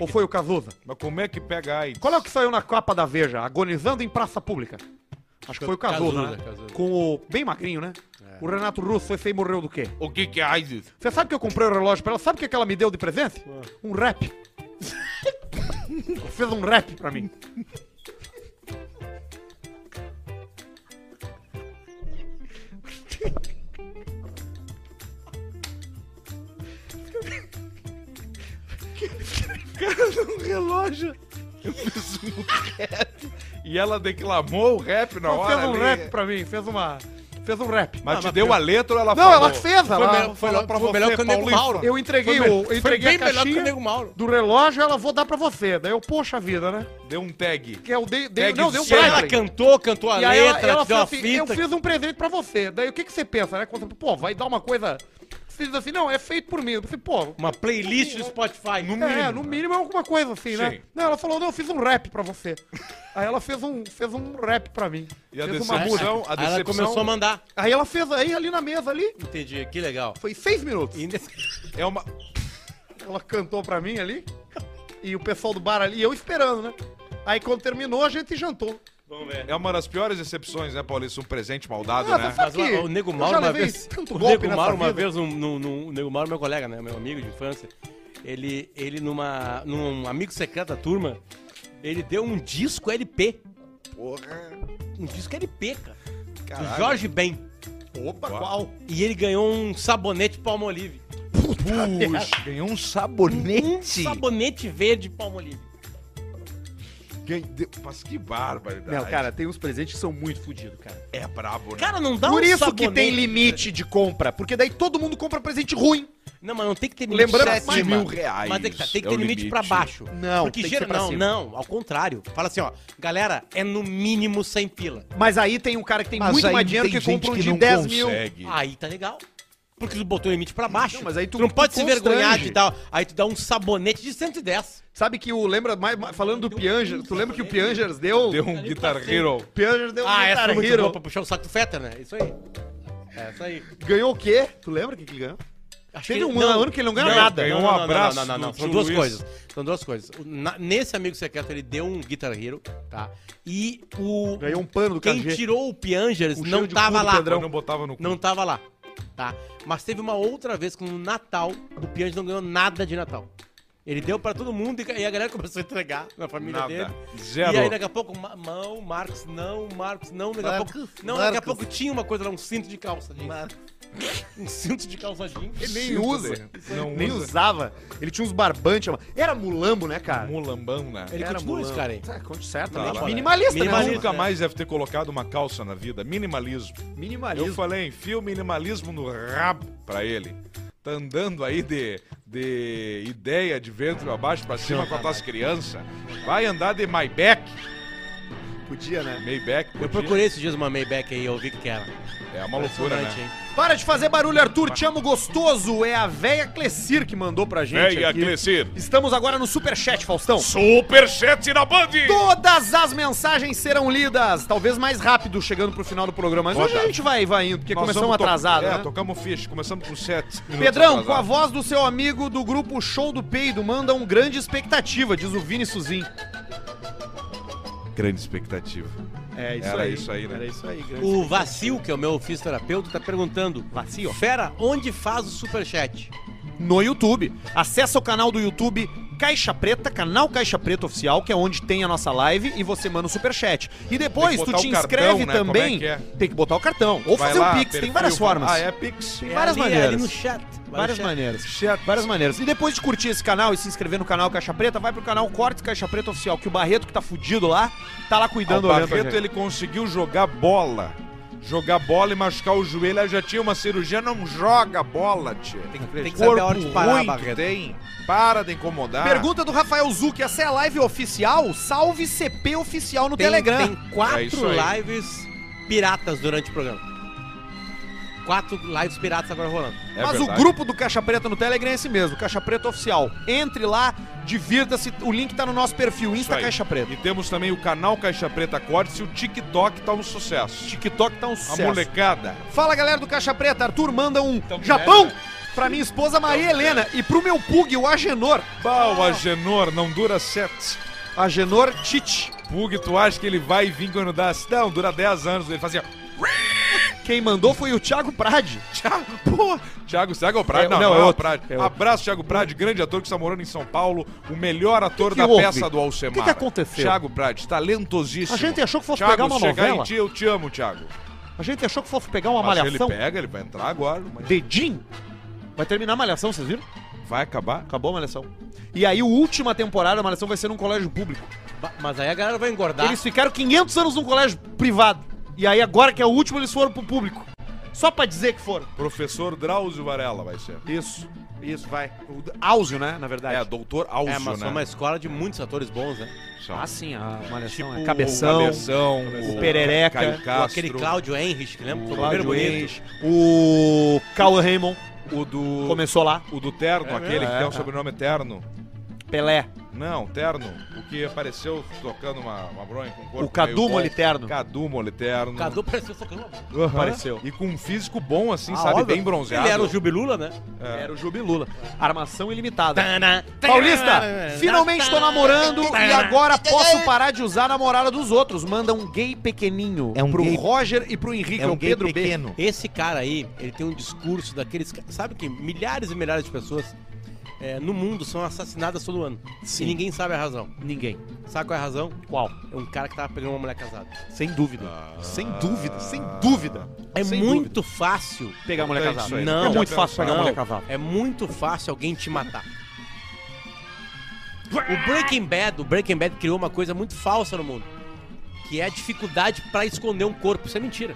Ou foi o Cazuza? Mas como é que pega AIDS? Qual é o que saiu na capa da Veja? Agonizando em praça pública. Acho que foi o Cazuza, Cazuza, né? Cazuza. Com o... Bem magrinho, né? O Renato Russo, esse aí morreu do quê? O que que é isso? Você sabe que eu comprei o relógio pra ela? Sabe o que que ela me deu de presente? <laughs> Um rap. Fez um rap pra mim. E ela declamou o rap na Então, hora. fez um ali. rap pra mim. Fez uma... Fez um rap. Mas te deu a letra ou ela Não, ela falou? fez. Foi, Ela... melhor- foi, fala pra foi você, melhor que o Nego Paulista. Mauro. Eu entreguei, Foi o... eu entreguei bem a melhor que o caixinha Nego Mauro. do relógio. Ela vou dar pra você. Daí eu, poxa vida, né? Deu um tag. Que eu dei... dei Tag não, deu um Se ela Breitling. cantou, cantou a E aí ela, letra, ela te deu falou uma assim, eu fita. fiz um presente pra você. Daí o que, que você pensa, né? Quando você, pô, vai dar uma coisa... Você diz assim, não, é feito por mim. Eu pensei, pô, Uma playlist do Spotify. No É, mínimo. no mínimo é alguma coisa assim, Sim. né? Não, ela falou, não, eu fiz um rap pra você. Aí ela fez um, fez um rap pra mim. E a fez decepção? Aí a ela decepção- começou a mandar. Aí ela fez aí ali na mesa ali, Entendi, que legal. foi seis minutos. E nesse- É uma... Ela cantou pra mim ali. E o pessoal do bar ali, e eu esperando, né? Aí quando terminou, a gente jantou. é uma das piores decepções, né, Paulista? Um presente mal dado, Ah, né? você sabe Mas lá, que o Nego eu Mauro já uma levei vez. tanto o golpe Nego nessa Mauro uma vida. vez, um, num- num- o Nego Mauro, meu colega, né? Meu amigo de infância. Ele, ele numa, num amigo secreto da turma, ele deu um disco LP. Porra. Um disco LP, cara. Do Caralho. Jorge Ben. Opa, Uau. qual? E ele ganhou um sabonete Palmolive. <laughs> Puxa, um ganhou um sabonete. Sabonete verde Palmolive. Ganhei- deu- Mas que barbaridade. Não, cara, tem uns presentes que são muito fodidos, cara. É brabo, né? Cara, não dá Por um isso sabonete. que tem limite de compra, porque daí todo mundo compra presente ruim. Não, mas não tem que ter limite Lembrando, pra sete cima. mil reais Mas tem que, tá, tem que é ter o limite, limite. pra baixo. Não, Porque tem que gera, ser pra não, cima. não, ao contrário. Fala assim, ó, galera, é no mínimo 100 pila. Mas aí tem um cara que tem Mas muito aí mais dinheiro tem que compra um gente que de não 10 mil. Ah, Consegue. Aí tá legal. Porque tu botou o limite pra baixo. Não, mas aí tu- não tu pode se constrange. vergonhar de dar. Aí tu dá um sabonete de 110. Sabe que o lembra mais, mais- falando do Piangers, tu lembra que o Piangers deu? Deu um Guitar Hero. Piangers deu um ah, essa Guitar é muito Hero. boa pra puxar o saco do Fetter, né? Isso aí. É, isso aí. Ganhou o quê? Tu lembra o que que ele ganhou? Acho Teve um ano que ele não ganhou nada. Ganhou um não, não, abraço Não, não, não, do não. São tio duas Luiz. coisas. São duas coisas. O- na- nesse amigo secreto, ele deu um Guitar Hero, tá? E o. Ganhou um pano do Quem KG. tirou o Piangers O não cheiro de tava cu do lá. Pedrão. Eu não botava no cu. Não tava lá, tá? Mas teve uma outra vez que no Natal o Piangers não ganhou nada de Natal. Ele deu pra todo mundo e e a galera começou a entregar na família Nada. dele. Zero. E aí daqui a pouco, Ma- não, Marcos, não, Marcos, não, daqui a Marcos, pouco. Não, daqui a Marcos. pouco tinha uma coisa lá, um cinto de calça jeans. Um cinto de calça jeans. Ele nem Sinto, usa. né? Não um nem usa. usava. Ele tinha uns barbantes. uma- Era mulambo, né, cara? Mulambão, né? Ele né? Era continua esse cara aí. É, conte- certamente. Tá, minimalista, Minimalista. né? minimalista, Nunca mais deve ter colocado uma calça na vida. Minimalismo. né? Eu Minimalista. falei, enfia o minimalismo no rabo pra ele. Tá andando aí de, de ideia de ventre abaixo pra cima com as tuas crianças. Vai andar de Maybach. Podia, né? Maybach. podia. Eu procurei esses dias uma Maybach aí, eu vi que era. É uma loucura, Impressionante, né? hein? Para de fazer barulho, Arthur. Te amo gostoso. É a véia Clecir que mandou pra gente. Venha, aqui. Clecir. Estamos agora no Superchat, Faustão. Superchat na Band. Todas as mensagens serão lidas, talvez mais rápido, chegando pro final do programa. Mas Boa hoje a tarde. gente vai, vai indo, porque Nós começamos vamos to- atrasado, É, né? tocamos ficha, começamos com sete. minutos Pedrão, com a atrasado. voz do seu amigo do grupo Show do Peido, manda um grande expectativa, diz o Vini Suzin. Grande expectativa. É isso Era aí. isso aí, né? Era isso aí, grande. O Vacil, que é o meu fisioterapeuta, tá perguntando: Vacil? Fera, onde faz o superchat? No YouTube. Acessa o canal do YouTube Caixa Preta, canal Caixa Preta Oficial, que é onde tem a nossa live, e você manda o superchat. E depois Tem que tu botar te o cartão, inscreve né? Como é também. que é? Tem que botar o cartão. Vai Ou um fazer lá, o Pix, tem perfil, várias vai- formas. Ah, é Pix? Tem várias ali, maneiras. ali no chat. Vai no Várias chat. maneiras. Várias maneiras. E depois de curtir esse canal e se inscrever no canal Caixa Preta, vai pro canal Cortes Caixa Preta Oficial, que o Barreto que tá fudido lá, tá lá Ah, O cuidando olhando pra Barreto, gente. ele conseguiu jogar bola. Jogar bola e machucar o joelho. Aí já tinha uma cirurgia, não joga bola, tia. Tem Tem que corpo saber a hora de parar, ruim que Barreto. tem. Para de incomodar. Pergunta do Rafael Zuc, essa é a live oficial? Salve CP oficial no Tem, Telegram. tem É quatro isso aí. lives piratas durante o programa. Quatro lives piratas agora rolando. É Mas verdade. o grupo do Caixa Preta no Telegram é esse mesmo, Caixa Preta Oficial. Entre lá, divirta-se, o link tá no nosso perfil, Isso Insta aí. Caixa Preta. E temos também o canal Caixa Preta Cortes e o TikTok tá um sucesso. TikTok tá um A sucesso. molecada. Fala galera do Caixa Preta, Arthur manda um Então, Japão né? pra minha esposa Maria Helena e pro meu pug, o Agenor. Pau, Agenor, não dura sete. Agenor Tite. Pug, tu acha que ele vai vir quando dá? Não, dura 10 anos. Ele assim, fazia. Quem mandou foi o Thiago Prade. Thiago, pô, Thiago, Thiago é o Prade? É, não, não, não, é é o outro, Prade. é outro. Abraço, Thiago Prade, grande ator que está morando em São Paulo, o melhor ator que da houve? peça do Alcemar. O que que aconteceu? Thiago Prade, talentosíssimo. A gente achou que fosse Thiago, pegar uma se chegar novela. em ti, eu te amo, Thiago. A gente achou que fosse pegar uma Mas malhação. ele pega, ele vai entrar agora, mas Dedinho. Vai terminar a malhação, vocês viram? vai acabar. Acabou a malhação. E aí, a última temporada da malhação vai ser num colégio público. Ba- Mas aí a galera vai engordar. Eles ficaram 500 anos num colégio privado. E aí, agora que é o último, eles foram pro público. Só pra dizer que foram. Professor Drauzio Varela vai ser. Isso. Isso, vai. O Áuzio, né? Na verdade. É, doutor Alcio, É, mas né? foi uma escola de muitos atores bons, né? São. ah, sim, a malhação é Tipo, O Cabeção, o, Perereca, Caio O Castro, aquele Cláudio Henrich, que lembra? Foi o primeiro Cláudio bonito. Enche, o Cauan Raymond o do começou lá, o do Terno, aquele que é, tem é. um sobrenome Terno. Pelé, Não, Terno, o que apareceu tocando uma, uma bronha com um corpo o Cadu meio bom. Moliterno. Cadu Moliterno. Cadu pareceu só que eu não- Aham. Apareceu. E com um físico bom, assim, Ah, sabe? óbvio. Bem bronzeado. Ele era o Jubilula, né? É. Era o Jubilula. Armação ilimitada. Tana, tana, Paulista, tana, finalmente tô tana, namorando tana. e agora posso parar de usar a namorada dos outros. Manda um gay pequenininho É um pro gay- Roger e pro Henrique, é o Pedro B. Esse cara aí, ele tem um discurso daqueles. ca- Sabe que milhares e milhares de pessoas é, no mundo são assassinadas todo ano. Sim. E ninguém sabe a razão. Ninguém. Sabe qual é a razão? Qual? É um cara que tava pegando uma mulher casada. Sem dúvida. Ah. Sem dúvida, sem dúvida. É Sem muito dúvida. fácil. pegar mulher Importante isso casada. aí, Não, é já muito fácil pensava. pegar Não, mulher casada. é muito fácil alguém te matar. O Breaking Bad, o Breaking Bad criou uma coisa muito falsa no mundo, que é a dificuldade pra esconder um corpo. Isso é mentira.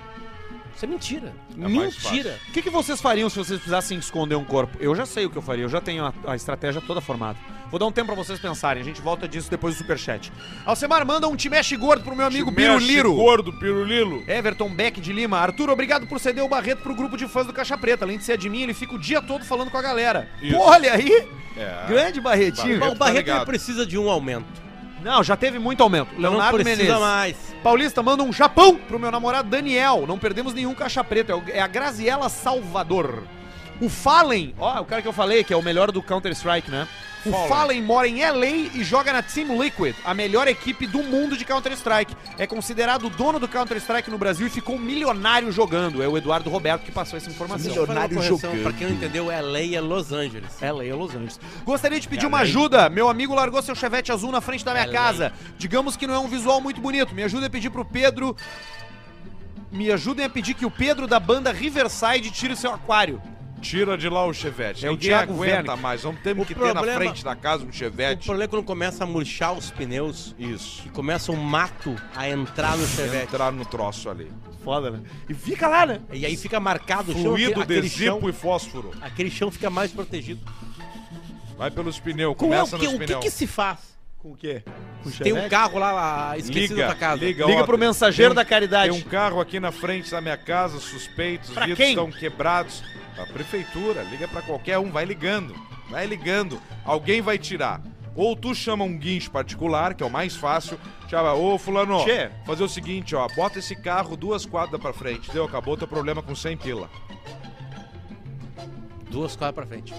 Isso é mentira. mais fácil. mentira. O que, que vocês fariam se vocês precisassem esconder um corpo? Eu já sei o que eu faria, eu já tenho a, a estratégia toda formada. Vou dar um tempo pra vocês pensarem, a gente volta disso depois do superchat. Alcemar, manda um te mexe gordo pro meu amigo Te mexe, Biruliro. Gordo, Pirulilo. Everton Beck de Lima. Arthur, obrigado por ceder o Barreto pro grupo de fãs do Caixa Preta. Além de ser admin, ele fica o dia todo falando com a galera. Isso. Pô, olha aí! Ah, É. Grande Mas Barretinho. Barreto o tá Barreto ligado. ele precisa de um aumento. Não, já teve muito aumento. Leonardo Então não precisa Menezes. mais. Paulista, manda um Japão pro meu namorado Daniel. Não perdemos nenhum caixa preta. É o- É a Graziela Salvador. O Fallen, ó, o cara que eu falei, que é o melhor do Counter-Strike, né? O Fallen. Fallen. mora em LA e joga na Team Liquid, a melhor equipe do mundo de Counter-Strike. É considerado o dono do Counter-Strike no Brasil e ficou um milionário jogando. É o Eduardo Roberto que passou essa informação. Deixa eu fazer uma correção, Pra quem não entendeu, é LA é Los Angeles. LA ou é Los Angeles. Gostaria de pedir uma ajuda. Meu amigo largou seu chevette azul na frente da minha LA. casa. Digamos que não é um visual muito bonito. Me ajuda a pedir pro Pedro. Me ajudem a pedir que o Pedro da banda Riverside tire seu aquário. Tira de lá o chevette. É o Ninguém Thiago aguenta Wernick. mais. Não temos O que ter na problema- frente da casa um O chevette. problema é quando começa a murchar os pneus Isso. e começa o mato a entrar no é Chevette. Entrar no troço ali. Foda, né? E fica lá, né? E aí fica marcado o chão, Fluido de aquele chão, zipo e fósforo. aquele chão fica mais protegido. Vai pelos pneus, Qual é o começa que, nos o que, pneus. que se faz? Com o quê? Tem um carro lá, lá esquecido Liga, na tua casa. liga, um Liga ó, pro mensageiro tem da caridade. Tem um carro aqui na frente da minha casa, suspeitos, Pra vidros quem? estão quebrados. A prefeitura, liga pra qualquer um, vai ligando. Vai ligando. Alguém vai tirar. Ou tu chama um guincho particular, que é o mais fácil. Chama, ô fulano, Tchê. fazer o seguinte, ó, bota esse carro duas quadras pra frente. Deu, acabou teu problema com 100 pila. <laughs> Duas quadras pra frente.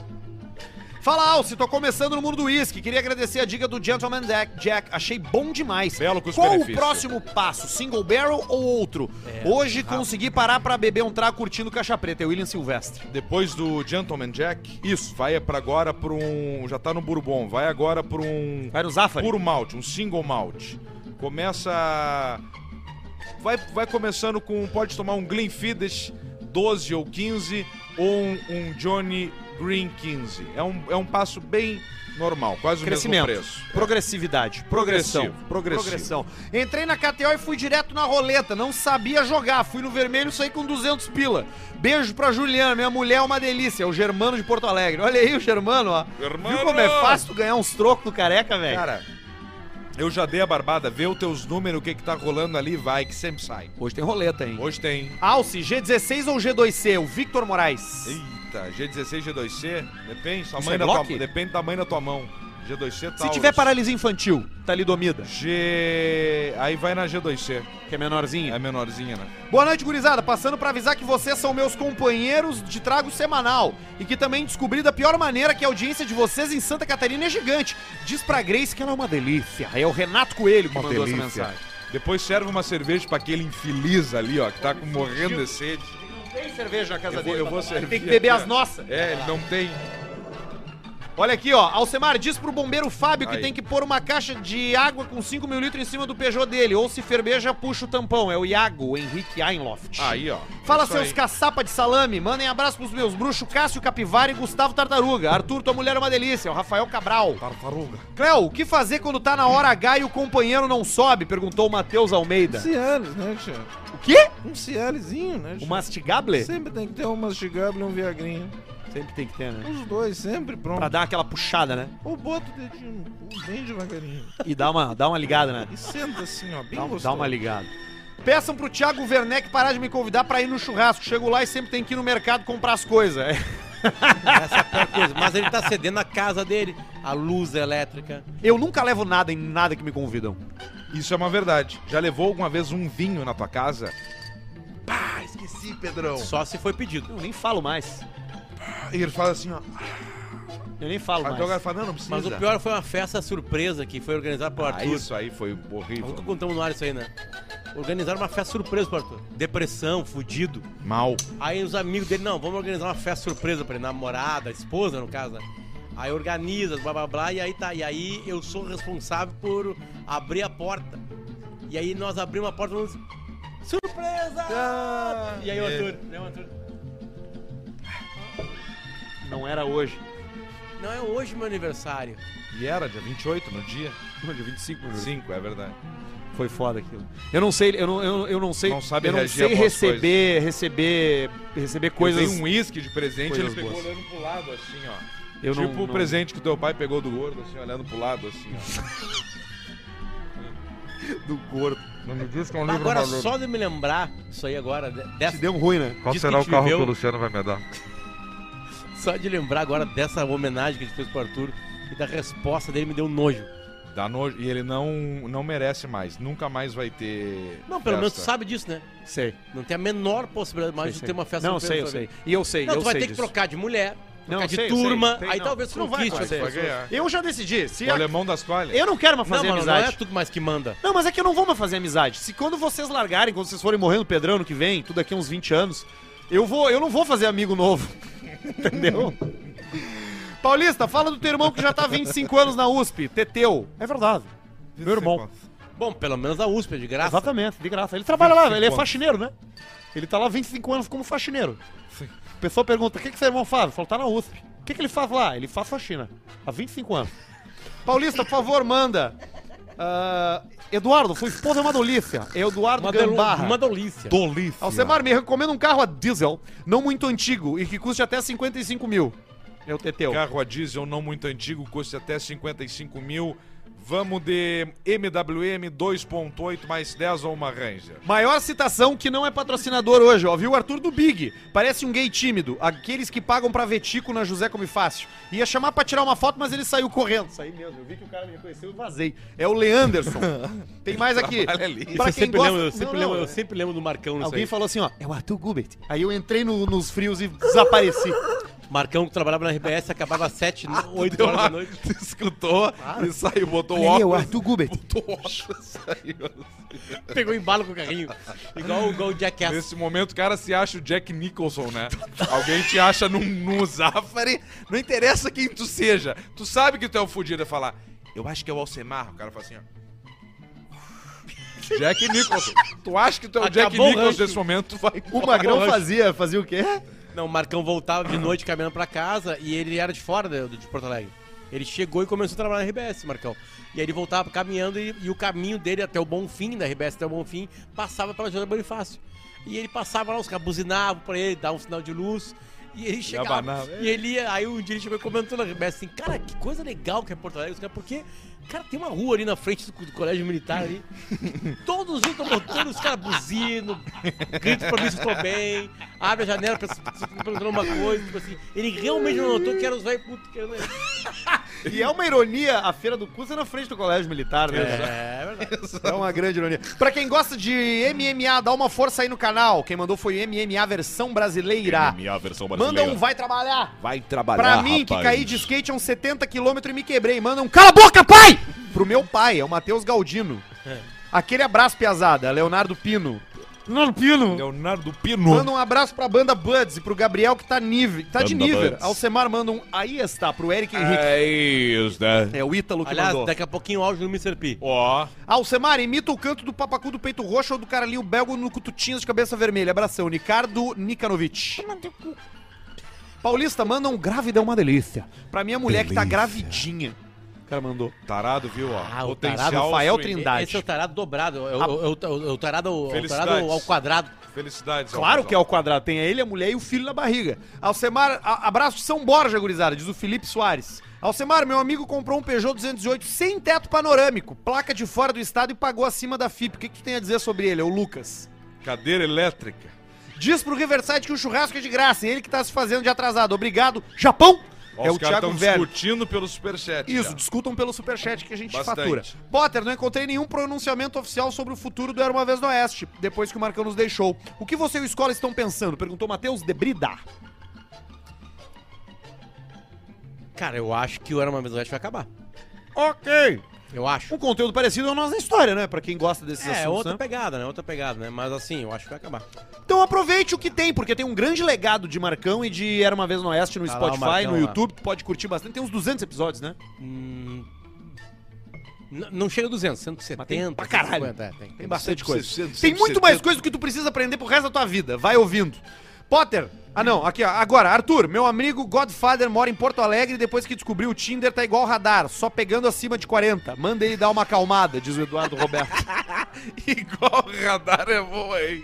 Fala, Alce, tô começando no mundo do uísque. Queria agradecer a dica do Gentleman Jack. Jack. Achei bom demais. Belo custo Qual o benefício. próximo passo? Single barrel ou outro? Hoje consegui parar pra beber um trago curtindo caixa preta. É o William Silvestre. Depois do Gentleman Jack, isso, vai pra agora pra um. Já tá no Bourbon, vai agora pra um Vai no Zafari. puro malte, um single malte. Começa. Vai, vai começando com. Pode tomar um Glenfiddich 12 ou 15 ou um, um Johnny Green 15. É um, é um passo bem normal, quase o mesmo Crescimento. preço. Progressividade. Progressão. Progressivo, progressivo. Progressão. Entrei na KTO e fui direto na roleta. Não sabia jogar. Fui no vermelho e saí com 200 pila. Beijo pra Juliana, minha mulher é uma delícia. É o Germano de Porto Alegre. Olha aí o Germano, ó. Germano! Viu como é fácil tu ganhar uns trocos no careca, velho? Cara, eu já dei a barbada, vê os teus números, o que, que tá rolando ali, vai, que sempre sai. Hoje tem roleta, hein? Hoje tem. Alce, G16 ou G2C? O Victor Moraes. Eita, G16, G2C, depende, tamanho é da tua, bloco? depende do tamanho da tua mão. G2C tá. Se tiver paralisia infantil, tá talidomida, G. Aí vai na G2C. que é menorzinha. É menorzinha, né? Boa noite, gurizada. Passando pra avisar que vocês são meus companheiros de trago semanal e que também descobri da pior maneira que a audiência de vocês em Santa Catarina é gigante. Diz pra Grace que ela é uma delícia. É o Renato Coelho que mandou essa mensagem. Depois serve uma cerveja pra aquele infeliz ali, ó, que tá com- morrendo de sede. Tem cerveja na casa Eu vou, eu vou servir. Tem que beber aqui, as ó. nossas. É, ele não tem. Olha aqui, ó. Alcemar, diz pro bombeiro Fábio que Aí. tem que pôr uma caixa de água com 5 mil litros em cima do Peugeot dele. Ou se ferveja, puxa o tampão. É o Iago, o Henrique Einloft. Aí, ó. Fala, É Isso seus aí. caçapa de salame. Mandem abraço pros meus bruxos Cássio Capivara e Gustavo Tartaruga. Arthur, tua mulher é uma delícia. É O Rafael Cabral. Tartaruga. Cléo, o que fazer quando tá na hora H e o companheiro não sobe? Perguntou o Matheus Almeida. Um Cialis, né, tia? O quê? Um Cializinho, né, O tia? mastigable? Sempre tem que ter um mastigable e um viagrinho. Sempre tem que ter, né? Os dois, sempre pronto. Pra dar aquela puxada, né? Ou bota o dedinho no cu, bem devagarinho. E dá uma, dá uma ligada, né? E senta assim, ó, bem um- Dá, gostoso. dá uma ligada. Peçam pro Thiago Werneck parar de me convidar pra ir no churrasco. Chego lá e sempre tem que ir no mercado comprar as coisas. Essa é a pior coisa. Mas ele tá cedendo a casa dele, a luz elétrica. Eu nunca levo nada em nada que me convidam. Isso é uma verdade. Já levou alguma vez um vinho na tua casa? Ah, esqueci, Então. Pedrão. Só se foi pedido. Eu nem falo mais. E ele fala assim, ó. Eu nem falo Aí o cara mais. fala, não, não precisa. Mas o pior foi uma festa surpresa que foi organizada pelo Ah, Arthur. isso aí foi Nunca horrível. contamos no ar isso aí, né? Organizaram uma festa surpresa pro Arthur. Depressão, fudido. Mal. Aí os amigos dele, não, vamos organizar uma festa surpresa pra ele, namorada, esposa, no caso, né? Aí organiza, blá blá blá, e aí tá. E aí eu sou responsável por abrir a porta. E aí nós abrimos a porta e falamos, surpresa! e é- aí o Arthur, né, o Arthur? Não era hoje. Não é hoje meu aniversário. E era dia 28 no dia? Hoje é 25 né? minutos. 5, é verdade. Foi foda aquilo. Eu não sei, eu não, eu, eu não sei, Não sabe eu não reagir sei após receber, receber, receber Coisas... coisas. Tem um uísque de presente, ele Coisas pegou boas. olhando pro lado, assim, ó. Eu tipo não- o não- presente que teu pai pegou do gordo, assim, olhando pro lado, assim, ó. <laughs> do gordo. Não me diz que é um Agora, só de me lembrar isso aí agora, de- Te dessa, deu um ruim, né? Qual será o carro que o Luciano vai me dar? só de lembrar agora dessa homenagem que a gente fez pro Arthur e da resposta dele me deu nojo. Dá nojo. E ele não, não merece mais. Nunca mais vai ter. Não, pelo menos tu festa. sabe disso, né? Sei. Não tem a menor possibilidade mais sei, de sei. ter uma festa Não, surpresa sei, eu na tua sei. vida. E eu sei, Não, eu tu vai sei ter que disso. trocar de mulher, trocar Não, de sei, eu turma, sei. Tem, aí não. talvez tu Não vai conquiste as acontecer. Vai pessoas. ganhar. Eu já decidi. Se O alemão das toalhas. Eu não quero mais Não, fazer mano, não amizade. é tudo mais que manda. Não, mas é que eu não vou mais fazer amizade. Se quando vocês largarem, quando vocês forem morrendo Pedrão ano que vem, tudo daqui a uns 20 anos, eu vou, eu não vou fazer amigo novo. <laughs> Entendeu? Paulista, fala do teu irmão que já tá há 25 anos na USP, Teteu. É verdade. Meu irmão. Bom, pelo menos a USP, é de graça. Exatamente, de graça. Ele trabalha lá, ele é 25 faxineiro, né? Ele tá lá há 25 anos como faxineiro. O pessoal pergunta: o que, que seu irmão faz? Falou, tá na USP. O que, que ele faz lá? Ele faz faxina. Há 25 anos. Paulista, por favor, manda. Ah, Eduardo, sua esposa é uma delícia. É Eduardo Uma, dolo- Gambarra. uma dolícia. Dolícia. Alcemar, me recomenda um carro a diesel, não muito antigo, e que custe até 55 mil. É o Teteu. Carro a diesel não muito antigo, custa até 55 mil. Vamos de MWM 2.8 mais 10 ou uma Ranger. Maior citação que não é patrocinador hoje, ó, viu? Arthur do Big. Parece um gay tímido. Aqueles que pagam pra ver Tico na José Come Fácil. Ia chamar pra tirar uma foto, mas ele saiu correndo. Saí mesmo. Eu vi que o cara me reconheceu e vazei. É o Leanderson. Tem mais aqui. Trabalha ali. Isso eu Pra quem sempre, gosta... lembro, eu, Não, sempre não, lembro, eu sempre lembro do Marcão nisso Alguém aí. falou assim, ó, é o Arthur Gubert. Aí eu entrei no- nos frios e desapareci. Marcão que trabalhava na RBS acabava às 7, 8 Deu horas uma- da noite. <laughs> Escutou e saiu, botou é o Meu, óculos. Arthur Gubert. Botou o óculos, saiu. Pegou embalo com o carrinho. Igual, igual o Jackass. Nesse momento o cara se acha o Jack Nicholson, né? Alguém te acha num, num Zafari, não interessa quem tu seja. Tu sabe que tu é o fudido a falar. Eu acho que é o Alcemar. O cara fala assim, ó. Jack Nicholson. Tu acha que tu é o Jack Acabou o Nicholson ranking. nesse momento, tu vai. O Magrão fazia, fazia o quê? Não, o Marcão voltava de noite caminhando pra casa e ele era de fora de, de Porto Alegre. Ele chegou e começou a trabalhar na RBS, Marcão. E aí ele voltava caminhando e, e o caminho dele até o Bonfim, da RBS até o Bonfim, passava pela José Bonifácio. E ele passava lá, os caras buzinavam pra ele, davam um sinal de luz. E ele chegava. abanava. E ele ia, aí um dia ele chegou e comentou na RBS assim, cara, que coisa legal que é Porto Alegre, os caras, porque, cara, tem uma rua ali na frente do, do colégio militar ali. Todos os dias estão botando os caras buzino, grito pra mim se eu tô bem, abre a janela pra se se tá perguntando uma coisa, tipo assim. Ele realmente não notou que era os velhos putos que eram. E é uma ironia, a Feira do Cus é na frente do Colégio Militar, né? É, verdade. É uma grande ironia. Pra quem gosta de MMA, dá uma força aí no canal. Quem mandou foi o MMA versão brasileira. Minha versão Manda um vai trabalhar. Vai trabalhar, Pra mim, que caí de skate a uns 70 km e me quebrei. Manda um cala a boca, pai! Pro meu pai, é o Matheus Galdino. É. Aquele abraço, piazada. Leonardo Pino. Leonardo Pino. Leonardo Pino. Manda um abraço pra banda Buds e pro Gabriel que tá, nive, tá de Banda nível. Buds. Alcemar manda um aí está pro Eric um Henrique. É isso, né? Ah, É, o Ítalo que Aliás, mandou. daqui a pouquinho o áudio do Mr. P. Ó. Alcemar, imita o canto do papacu do peito roxo ou do caralinho belgo no cututinhas de cabeça vermelha. Abração, Nicardo Nikanovic. Paulista, manda um grávida é uma delícia. Pra minha mulher que tá gravidinha. O cara mandou. Tarado, viu? Ó. Ah, o tarado Rafael swing. Trindade. Esse é o tarado dobrado, é o, é o- é o- é o tarado, é o Felicidades. tarado ao quadrado. Felicidades, Claro que é ao quadrado. Tem ele, a mulher e o filho na barriga. Alcemar, a- abraço de São Borja, gurizada, diz o Felipe Soares. Alcemar, meu amigo comprou um Peugeot 208 sem teto panorâmico, placa de fora do estado e pagou acima da FIP. O que, que tu tem a dizer sobre ele? É o Lucas. Cadeira elétrica. Diz pro Riverside que o churrasco é de graça, e ele que tá se fazendo de atrasado. Obrigado, Japão! Ó, é os o caras Thiago estão Velho. discutindo pelo superchat. Isso, <laughs> já. discutam pelo superchat que a gente Bastante. fatura. Potter, não encontrei nenhum pronunciamento oficial sobre o futuro do Era Uma Vez no Oeste, depois que o Marcão nos deixou. O que você e o Escola estão pensando? Perguntou Matheus Debrida. Cara, eu acho que o Era Uma Vez no Oeste vai acabar. Ok. Eu acho. Um conteúdo parecido é a nossa história, né? Pra quem gosta desses É, assuntos, outra né? pegada, né? Outra pegada, né? Mas assim, eu acho que vai acabar. Então aproveite o que tem, porque tem um grande legado de Marcão e de Era Uma Vez no Oeste no Tá lá o Spotify, Marcão no lá. YouTube. Tu pode curtir bastante. Tem uns 200 episódios, né? Hum, n- não chega a 200, Mas tem 170, pra caralho. 150, é, tem, tem Tem bastante. bastante coisa. 160, Tem muito mais 170. coisa do que tu precisa aprender pro resto da tua vida. Vai ouvindo. Potter. Ah, não. Aqui, ó. Agora, Arthur, meu amigo Godfather mora em Porto Alegre e depois que descobriu o Tinder tá igual radar, só pegando acima de 40. Manda ele dar uma acalmada, diz o Eduardo Roberto. Igual radar é boa, hein?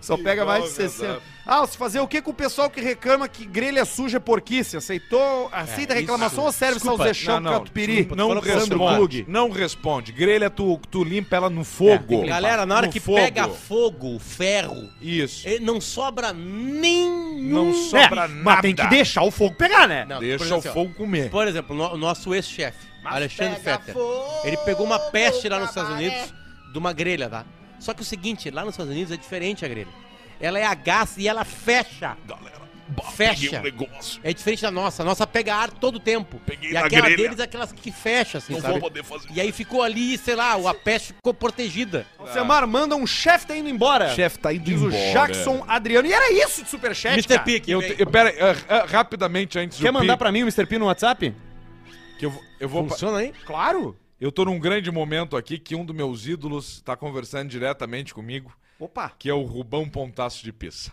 Só pega Igual mais de radar. 60. Ah, se fazer o que com o pessoal que reclama que grelha suja é porquice? Aceitou? Aceita a isso. reclamação ou serve ao Desculpa. Zechão Não, não, Catupiry? Não Fala pro Sandro responde. Klug. Não responde. Grelha, tu, tu limpa ela no fogo. Galera, na hora No que fogo. pega fogo, ferro, Isso. eh, não sobra nenhum. Não sobra É, nada. mas tem que deixar o fogo pegar, né? Não, por Deixa exemplo, assim, o fogo comer. Por exemplo, no- o nosso ex-chefe, Alexandre Fetter, ele pegou uma peste lá nos Estados Unidos de uma grelha, tá? Só que o seguinte, lá nos Estados Unidos é diferente a grelha. Ela é a gás e ela fecha. Galera, um Fecha. negócio. É diferente da nossa. A nossa pega ar todo o tempo. Peguei e na aquela grelha. deles é aquelas que fecha, assim, sabe? poder fazer. E aí ficou ali, sei lá, a peste ficou protegida. Alcemar, manda um chefe tá indo embora. Chefe tá indo Diz o embora. Jackson Adriano. E era isso de Superchat, Mr. cara. Pick, Eu, te- eu- pera, aí, ah, ah, rapidamente antes Quer do mandar Pi, pra mim o Mr. P no WhatsApp? que eu, vou- eu vou pa- Funciona aí? Claro. eu tô num grande momento aqui que um dos meus ídolos tá conversando diretamente comigo, Opa. que é o Rubão Pontaço de Pisa.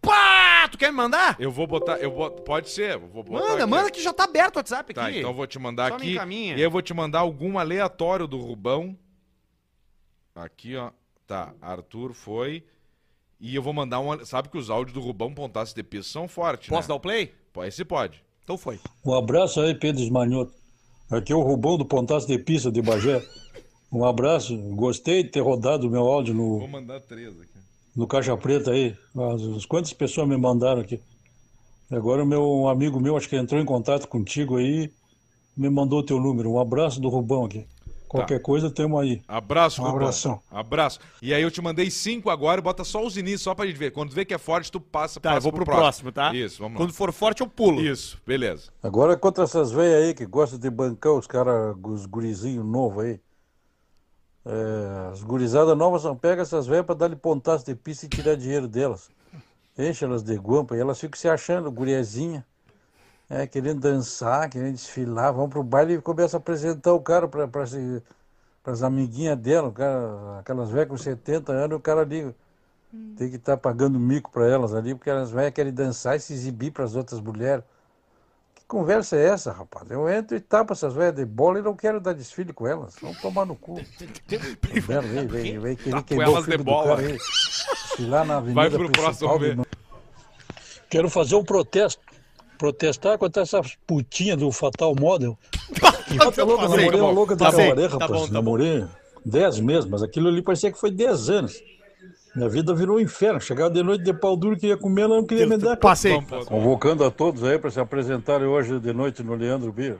Pá, tu quer me mandar? Eu vou botar, eu boto, pode ser, eu vou botar Manda, aqui. manda que já tá aberto o WhatsApp aqui. Tá, então eu vou te mandar Só me aqui. encaminha. E aí eu vou te mandar algum aleatório do Rubão. Aqui, ó. Tá, Arthur foi. E eu vou mandar um. Sabe que os áudios do Rubão Pontaço de Pisa são fortes, Posso né? dar o play? Dar... Esse pode. Então foi. Um abraço aí, Pedro Esmanhoto. Aqui é o Rubão do Pontaço de Pista de Bagé. Um abraço, gostei de ter rodado o meu áudio Vou no, mandar três aqui. no Caixa Preta aí. As, as- quantas pessoas me mandaram aqui? E Agora o meu um amigo meu, acho que entrou em contato contigo aí, me mandou o teu número. Um abraço do Rubão aqui. Qualquer coisa, temos aí. Abraço, Um Copão. abração. Abraço. E aí eu te mandei cinco agora e bota só os inícios, só pra gente ver. Quando tu vê que é forte, tu passa, Tá, passa eu vou pro próximo, tá? Isso, vamos Quando for forte, eu pulo. lá. Isso, beleza. Agora é contra essas velhas aí que gostam de bancar os caras, os gurizinhos novos aí. É, as gurizadas novas não pegam essas velhas pra dar-lhe pontaço de pista e tirar dinheiro delas. Enche elas de guampa e elas ficam se achando, guriazinha. É, querendo dançar, querendo desfilar, vão pro baile e começa a apresentar o cara pra, pra se- pras amiguinhas dela, o cara, aquelas velhas com 70 anos, o cara ali tem que estar pagando mico pra elas ali, porque elas velhas querem dançar e se exibir pras outras mulheres. Que conversa é essa, rapaz? Eu entro e tapo essas velhas de bola e não quero dar desfile com elas. Vão tomar <laughs> no um cu. Vem, vem, vem, vem. Querer Tapo queimar Tá elas o filho de do bola. cara aí. Desfilar na avenida Vai pro principal próximo de ver. Quero fazer um protesto. Protestar contra essas putinhas do Fatal <laughs> Model. Que tá louco, fazer, namorei tá bom. uma louca do Tá bom, Jaguaré, tá rapaz. bom, tá namorei 10 meses, mas aquilo ali parecia que foi 10 anos. Minha vida virou um inferno. Chegava de noite de pau duro, queria comer, ela não queria me dar. Passei. Convocando a todos aí para se apresentarem hoje de noite no Leandro Bia.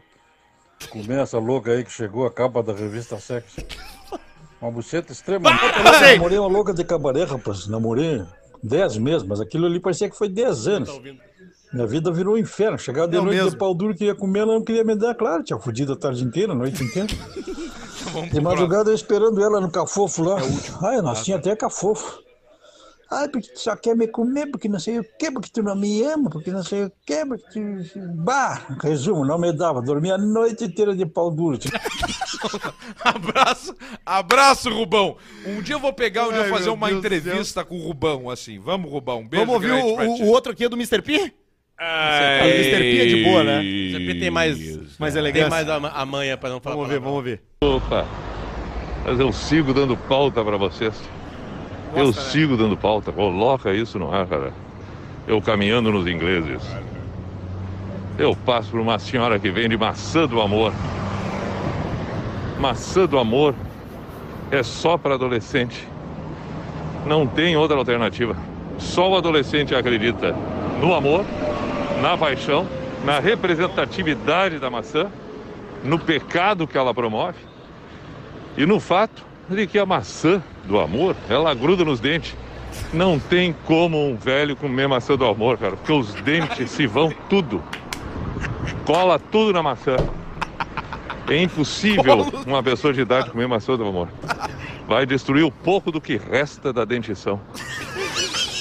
Comer essa louca aí que chegou a capa da revista Sexo. Uma buceta extrema. Passei. Namorei uma louca de cabaré, rapaz. Namorei 10 meses, mas aquilo ali parecia que foi 10 anos. Minha vida virou um inferno. Chegava de É o noite mesmo. de pau duro, queria comer, ela não queria me dar. Claro, tinha fudido a tarde inteira, a noite inteira. <laughs> Vamos De pro próximo. É madrugada eu esperando ela no cafofo lá. Ai, nós tinha até cafofo. Ai, porque tu só quer me comer, porque não sei o quê, porque tu não me ama, porque não sei o quê, porque tu. Bah! Resumo, não me dava. Dormia a noite inteira de pau duro. <laughs> Abraço, abraço, Rubão. Um dia eu vou pegar, um dia eu Ai, vou fazer meu uma Deus do entrevista com o Rubão, assim. Vamos, Rubão. Um beijo Vamos ouvir grande o, pra ti. o outro aqui é do Mr. P? Ai, O Mr. P é de boa, né? Sempre tem mais, Mas tem elegância. mais a, a manha pra não falar. Vamos ver, palavrão. vamos ver. Opa, mas eu sigo dando pauta pra vocês. eu sigo dando pauta. Coloca isso no ar, cara. Eu caminhando nos ingleses. Eu passo por uma senhora que vende maçã do amor. Maçã do amor é só para adolescente. Não tem outra alternativa. Só o adolescente acredita no amor, na paixão, na representatividade da maçã, no pecado que ela promove e no fato de que a maçã do amor, ela gruda nos dentes. Não tem como um velho comer maçã do amor, cara, porque os dentes se vão tudo. Cola tudo na maçã. É impossível uma pessoa de idade comer maçã do amor. Vai destruir o pouco do que resta da dentição.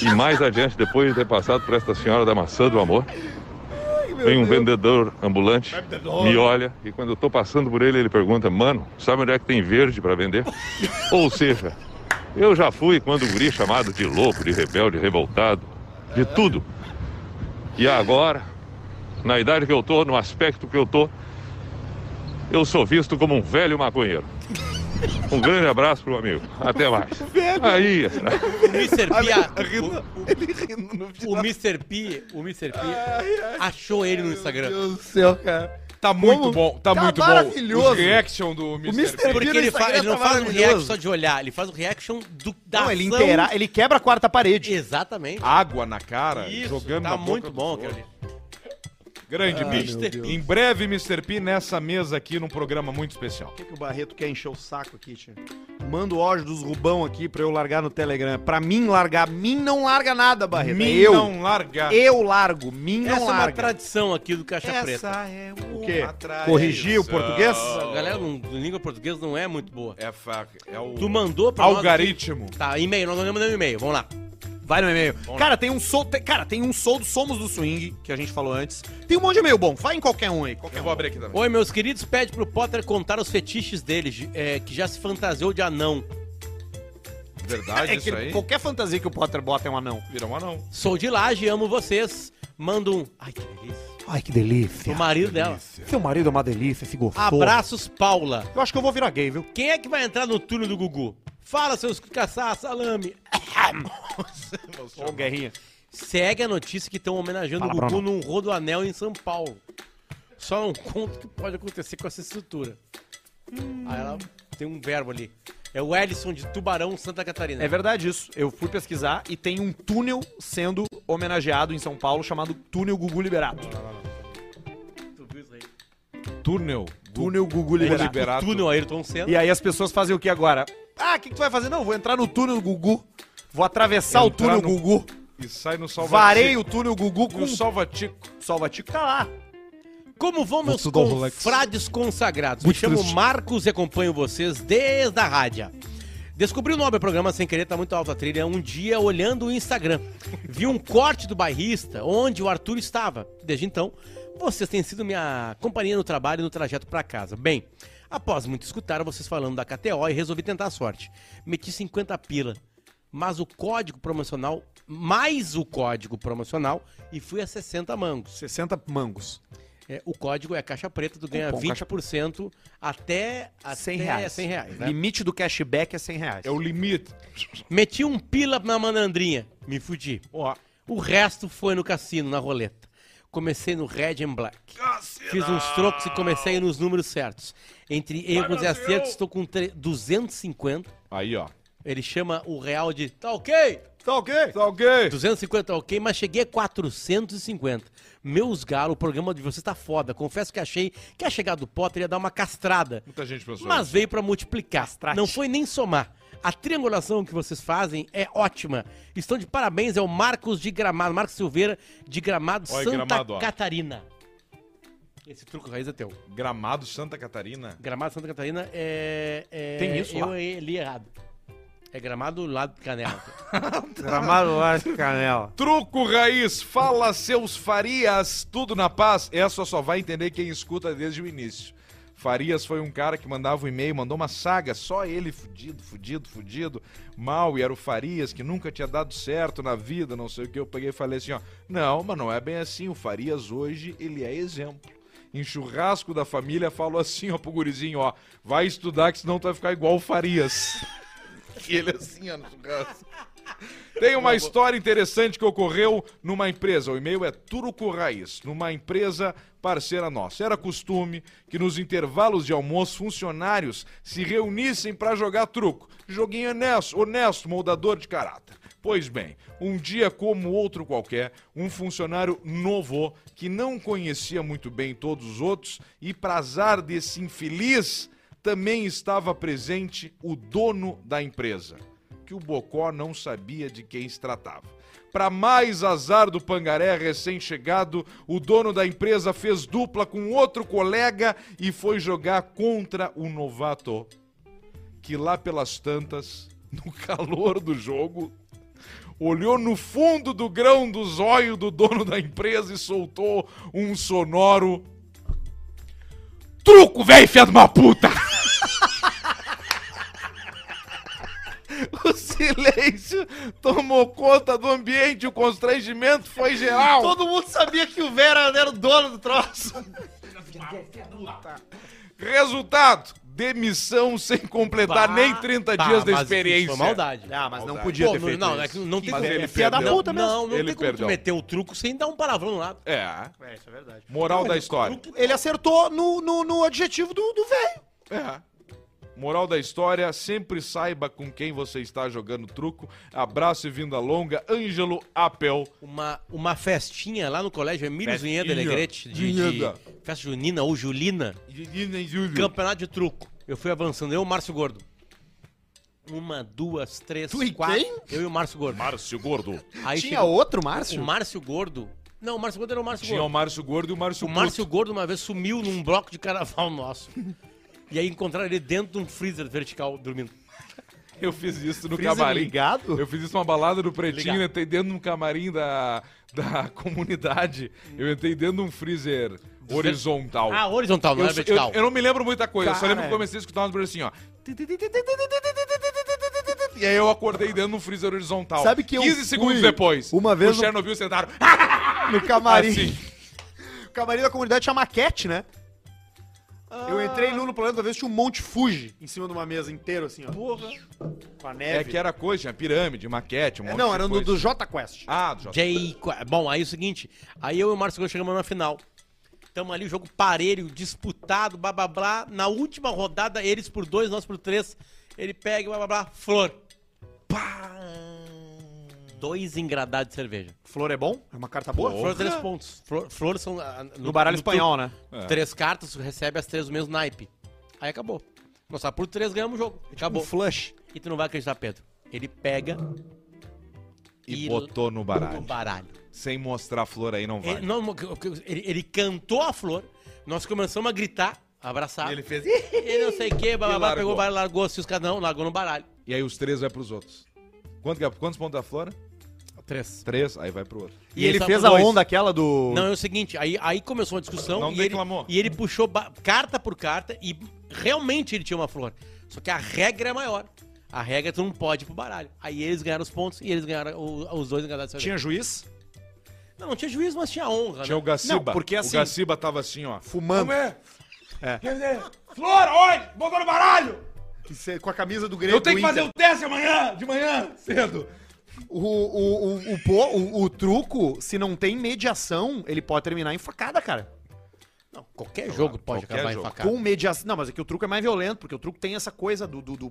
E mais adiante, depois de ter passado por esta senhora da maçã do amor, vem um vendedor ambulante, me olha e quando eu tô passando por ele, ele pergunta: Mano, sabe onde é que tem verde para vender? Ou seja, eu já fui quando guri chamado de louco, de rebelde, revoltado, de tudo. E agora, na idade que eu tô, no aspecto que eu tô, eu sou visto como um velho maconheiro. Um grande abraço pro amigo. Até mais. Aí, O Mr. P, a- Ele rindo <laughs> no o, o Mr. P, o Mr. P achou ele no Instagram. Deus do céu, cara. Tá muito Como? bom, tá, Tá muito bom. maravilhoso. O reaction do Mr. Mr. P. Porque P no ele, Instagram fa- ele não tá faz um maravilhoso. reaction só de olhar, ele faz um reaction do, da Não, ele ação. intera... ele quebra a quarta parede. Exatamente. Água na cara, Isso, jogando tá na boca muito dos bom outros. aquele ali. Grande, meu Mr. Deus. Em breve, Mr. P nessa mesa aqui, num programa muito especial. que, que o Barreto quer encher o saco aqui, tia? Manda o ódio dos Rubão aqui pra eu largar no Telegram. Pra mim largar. Mim não larga nada, Barreto. Mim é eu. não largar. Eu largo. Mim Essa não é uma larga. tradição aqui do Caixa Preta. Essa é o quê? Corrigir o português? A galera não, em língua portuguesa não é muito boa. É, fa- é o Tu mandou pra nós aqui- algaritmo. Tá, e-mail, nós não mandamos e-mail, vamos lá. Vai no e-mail. né? Cara, tem um sol, tem- cara, tem um sol do Somos do Swing, que a gente falou antes. Tem um monte de e-mail bom. Vai em qualquer um aí. Qualquer Eu um. vou abrir aqui também. Oi, meus queridos, pede pro Potter contar os fetiches dele, de- é, que já se fantasiou de anão. <laughs> Verdade, É isso que aí. qualquer fantasia que o Potter bota é um anão. Vira um anão. Sou de laje, amo vocês. Mando um. Ai, que delícia. Ai, que delícia. Pro marido dela. Seu marido é uma delícia, esse gostoso. Abraços, Paula. Eu acho que eu vou virar gay, viu? Quem é que vai entrar no turno do Gugu? Fala, seus caçar salame. Ô, guerrinha. Segue a notícia que estão homenageando Fala, o Gugu Bruno. num rodoanel em São Paulo. Só não conto o que pode acontecer com essa estrutura. Aí ela tem um verbo ali. É o Ellison de Tubarão, Santa Catarina. É verdade isso. Eu fui pesquisar e tem um túnel sendo homenageado em São Paulo chamado Túnel Gugu Liberato. Tu viu isso aí? túnel. do- Túnel Gugu Liberato. Liberato. Túnel Ayrton Senna. E aí as pessoas fazem o que agora? Ah, o que, que tu vai fazer? Não, vou entrar no túnel Gugu. Vou atravessar o Entrar túnel no- Gugu. E sai no salva Varei o túnel Gugu com o salvatico. Salvatico tá lá. Como vão meus Vou te dar um Rolex. confrades consagrados? Muito Me chamo triste. Marcos e acompanho vocês desde a rádio. Descobri o nobre um programa sem querer, tá muito alto a trilha. Um dia, olhando o Instagram, vi um corte do bairrista onde o Arthur estava. Desde então, vocês têm sido minha companhia no trabalho e no trajeto para casa. Bem, após muito escutar vocês falando da KTO e resolvi tentar a sorte. Meti 50 pila, mas o código promocional, mais o código promocional, e fui a 60 mangos. 60 mangos. Um É, o código é caixa preta, tu ganha Cupom, 20% até, até 100 reais. 100 reais, né? Limite do cashback é 100 reais. É o limite. Meti um pila na manandrinha, me fudi. Ó, O resto foi no cassino, na roleta. Comecei no Red and Black. Fiz uns trocos e comecei nos números certos. Entre erros e acertos, estou com tre- 250. aí, ó. Ele chama o real de tá ok, Tá ok. Tá ok? 250 ok, mas cheguei a 450. Meus galo, o programa de vocês tá foda. Confesso que achei que a chegada do Potter ia dar uma castrada. Muita gente pensou. Mas veio pra multiplicar. Castrate. Não foi nem somar. A triangulação que vocês fazem é ótima. Estão de parabéns, é o Marcos de Gramado, Marcos Silveira de Gramado, Olha, Santa Gramado, ó. Catarina. Esse truco raiz é teu. Gramado Santa Catarina. Gramado, Santa Catarina é. é- Tem isso Eu lá? li errado. É Gramado, lado de <laughs> Canela. Gramado lá de canela. Truco Raiz, fala seus Farias, tudo na paz. Essa só vai entender quem escuta desde o início. Farias foi um cara que mandava um e-mail, mandou uma saga, só ele fudido, fudido, fudido, mal, e era o Farias que nunca tinha dado certo na vida, não sei o que. Eu peguei e falei assim: ó, não, mas não é bem assim. O Farias hoje, ele é exemplo. Em churrasco da família, falou assim, ó, pro gurizinho, ó, vai estudar que senão tu vai ficar igual o Farias. E ele assim, ó, no churrasco. Tem uma história interessante que ocorreu numa empresa. O e-mail é Turuco Raiz, numa empresa parceira nossa. Era costume que nos intervalos de almoço funcionários se reunissem para jogar truco. Joguinho honesto, honesto, moldador de caráter. Pois bem, um dia como outro qualquer, um funcionário novo que não conhecia muito bem todos os outros e pra azar desse infeliz, também estava presente o dono da empresa que o Bocó não sabia de quem se tratava. Para mais azar do pangaré recém-chegado, o dono da empresa fez dupla com outro colega e foi jogar contra o novato, que lá pelas tantas, <laughs> no calor do jogo, olhou no fundo do grão dos olhos do dono da empresa e soltou um sonoro. Truco, velho, filha de uma puta! <laughs> O silêncio tomou conta do ambiente, o constrangimento foi geral. Todo mundo sabia que o Vera era o dono do troço. Resultado: demissão sem completar nem 30 Tá, dias da mas experiência. Isso foi maldade. Ah, mas não Pô, podia ter não- feito não, é que isso. não tem Mas como. ele é piada perdeu. puta mesmo. Não, não Ele tem como perdeu. tu meter o truco sem dar um palavrão lá. É. É, isso é verdade. Moral da história. Ele acertou no, no, no adjetivo do do velho. É. Moral da história, sempre saiba com quem você está jogando truco. Abraço e vinda longa, Ângelo Apel. uma, uma festinha lá no colégio Emílio Festinha. Zunheda Alegrete, de, de Zunheda. festa junina ou julina, campeonato de truco. Eu fui avançando, eu e o Márcio Gordo. Uma, duas, três, Tu e quatro. quem? Eu e o Márcio Gordo. Márcio Gordo. Aí Tinha chegou- outro, O Márcio? Márcio Gordo. Não, o Márcio Gordo era o Márcio Tinha o Gordo. Márcio Gordo e o Márcio O Márcio Gordo uma vez sumiu num bloco de carnaval nosso. E aí encontraram ele dentro de um freezer vertical dormindo. Puto. Eu fiz isso no Freezer camarim. ligado? Eu fiz isso numa balada do Pretinho, Ligado. entrei dentro de um camarim da, da <laughs> comunidade. Eu entrei dentro de um freezer horizontal. Ah, horizontal, não eu, era sou- vertical. eu- eu não me lembro muita coisa, eu só lembro que Cara. é. comecei a escutar umas coisas assim, ó. E aí eu acordei dentro de um freezer horizontal. Sabe que eu 15 segundos fui depois, uma vez o no- Chernobyl sentaram. <laughs> No camarim. Assim. O camarim da comunidade tinha maquete, né? Ah. Eu entrei no, no problema da vez, tinha um Monte Fuji em cima de uma mesa inteira, assim, ó. Porra. Com a neve. É que era coisa, tinha pirâmide, maquete, um É, monte não, de era do, coisa. do J Quest. Ah, do J. Jay... Qua- Bom, aí é o seguinte, aí eu e o Márcio Gomes chegamos na final. Tamo ali, o jogo parelho, disputado, blá blá blá. Na última rodada, eles por dois, nós por três. Ele pega, blá blá blá, flor. Pá! dois engradados de cerveja. Flor é bom? É uma carta boa? Flor, três pontos. Flor, flor são. ah, No baralho tu- espanhol, né? É. Três cartas, tu recebe as três do mesmo naipe. Aí acabou. Nós só por três ganhamos o É tipo um jogo. Acabou. flush. E tu não vai acreditar, Pedro. Ele pega E E- botou no o baralho. baralho. Sem mostrar a flor aí não Ele, vale. não, ele, ele cantou a flor, nós começamos a gritar, É, abraçar. Ele fez. Ele não sei o <laughs> que, bababá, largou. pegou o baralho, largou assim os caras, não, largou no baralho. E aí os três vai pros outros. Quanto que é- quantos pontos da flora? Três. Três, aí vai pro outro. E, ele só fez com a dois. onda aquela do. Não, é o seguinte, aí, aí começou uma discussão Não e, ele, declamou. e ele puxou ba- carta por carta e realmente ele tinha uma flor. Só que a regra é maior. A regra é tu não pode ir pro baralho. Aí eles ganharam os pontos e eles ganharam o- os dois enganados. Tinha juiz? Não, não tinha juiz, mas tinha honra, Tinha né? o Gaciba. Não, porque assim- O Gaciba tava assim, ó. Fumando. É. Flora, olha! Botou no baralho! Isso é Com a camisa do Grêmio. Eu tenho que fazer o teste amanhã, de manhã, cedo. O, o, o, o, po- o- o truco, se não tem mediação, ele pode terminar em facada, cara. Não, qualquer jogo pode qualquer acabar jogo. em facada. Com mediação. Não, mas é que o truco é mais violento, porque o truco tem essa coisa do. do, do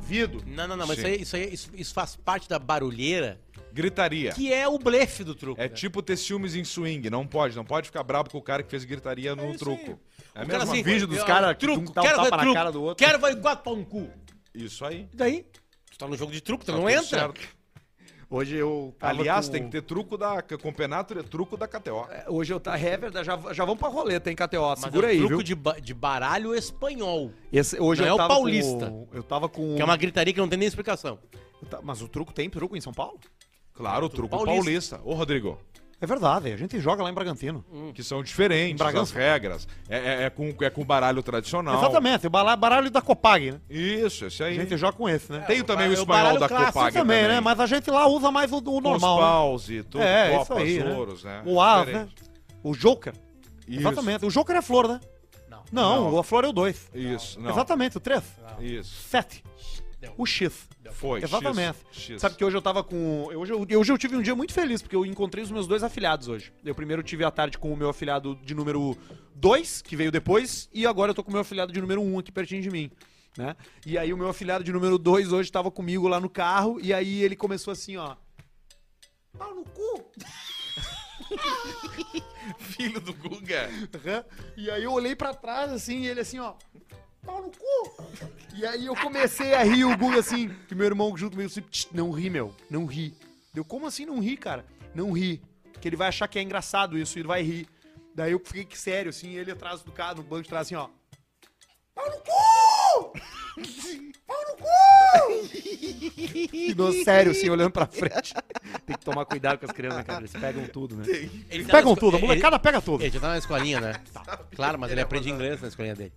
vidro. Não, não, não, mas Sim. isso, aí, isso, aí, isso, isso faz parte da barulheira, Gritaria. que é o blefe do truco. É né? tipo ter ciúmes em swing, não pode, não pode ficar brabo com o cara que fez gritaria no truco. É O cara mesmo assim, vídeo dos eu- cara que truco, um dá um quero tapa ver na truco, cara do outro. Quero ver quatro pau no cu. Isso aí. E daí? Tu tá no jogo de truco, tu Tá não tudo entra. certo. Hoje eu. tava Aliás, com- tem que ter truco da campeonato, é truco da KTO. Hoje eu tá. É verdade, já, já vamos pra roleta, hein, KTO? Mas Segura é um aí, truco viu? de, ba- de baralho espanhol. Esse- hoje Não eu é o tava com paulista. eu tava com. Que é uma gritaria que não tem nem explicação. eu ta- Mas o truco tem truco em São Paulo? Claro, o truco paulista. paulista. Ô, Rodrigo, É verdade, a gente joga lá em Bragantino. que são diferentes as Bragança. regras. É, é- é com, é com baralho tradicional. Exatamente, o bala- baralho da Copag, né? Isso, esse A aí. gente joga com esse, né? Tem também É o o espanhol baralho da clássico Copag também, né? Mas a gente lá usa mais o, o com os normal. paus e tudo, Né? É, copas, isso aí. né? ouros, né? O As, né? Diferente. O Joker. Isso, Exatamente. O Joker é a flor, né? Não. Não, Não. a flor é o 2. Isso, não. Exatamente, o 3. Isso. 7. O X. Foi. X, Exatamente. X. Sabe que hoje eu tava com. Hoje eu, hoje eu tive um dia muito feliz, porque eu encontrei os meus dois afilhados hoje. Eu primeiro tive a tarde com o meu afilhado de número 2, que veio depois, e agora eu tô com o meu afilhado de número 1 um aqui pertinho de mim. Né? E aí o meu afilhado de número 2 hoje tava comigo lá no carro, e aí ele começou assim, ó. Pau no cu! Filho do Guga. Aham. E aí eu olhei pra trás, assim, e ele assim, ó. Pau no cu! E aí eu comecei a rir, o Guga assim, que meu irmão junto comigo assim, "Tch, não ri, meu, não ri. Deu, como assim não ri, cara? Não ri. Que ele vai achar que é engraçado isso, ele vai rir. Daí eu fiquei sério, assim, ele atrás do carro, no banco de trás, assim, ó. Pau no cu! Pau no cu! E nós, sério, assim, olhando pra frente. Tem que tomar cuidado com as crianças, né, cara? Eles pegam tudo, né? Ele tá Pegam na esco- tudo, a ele- molecada pega tudo. Ele, já <laughs> tá na escolinha, né? Claro, mas ele é aprende inglês na escolinha dele.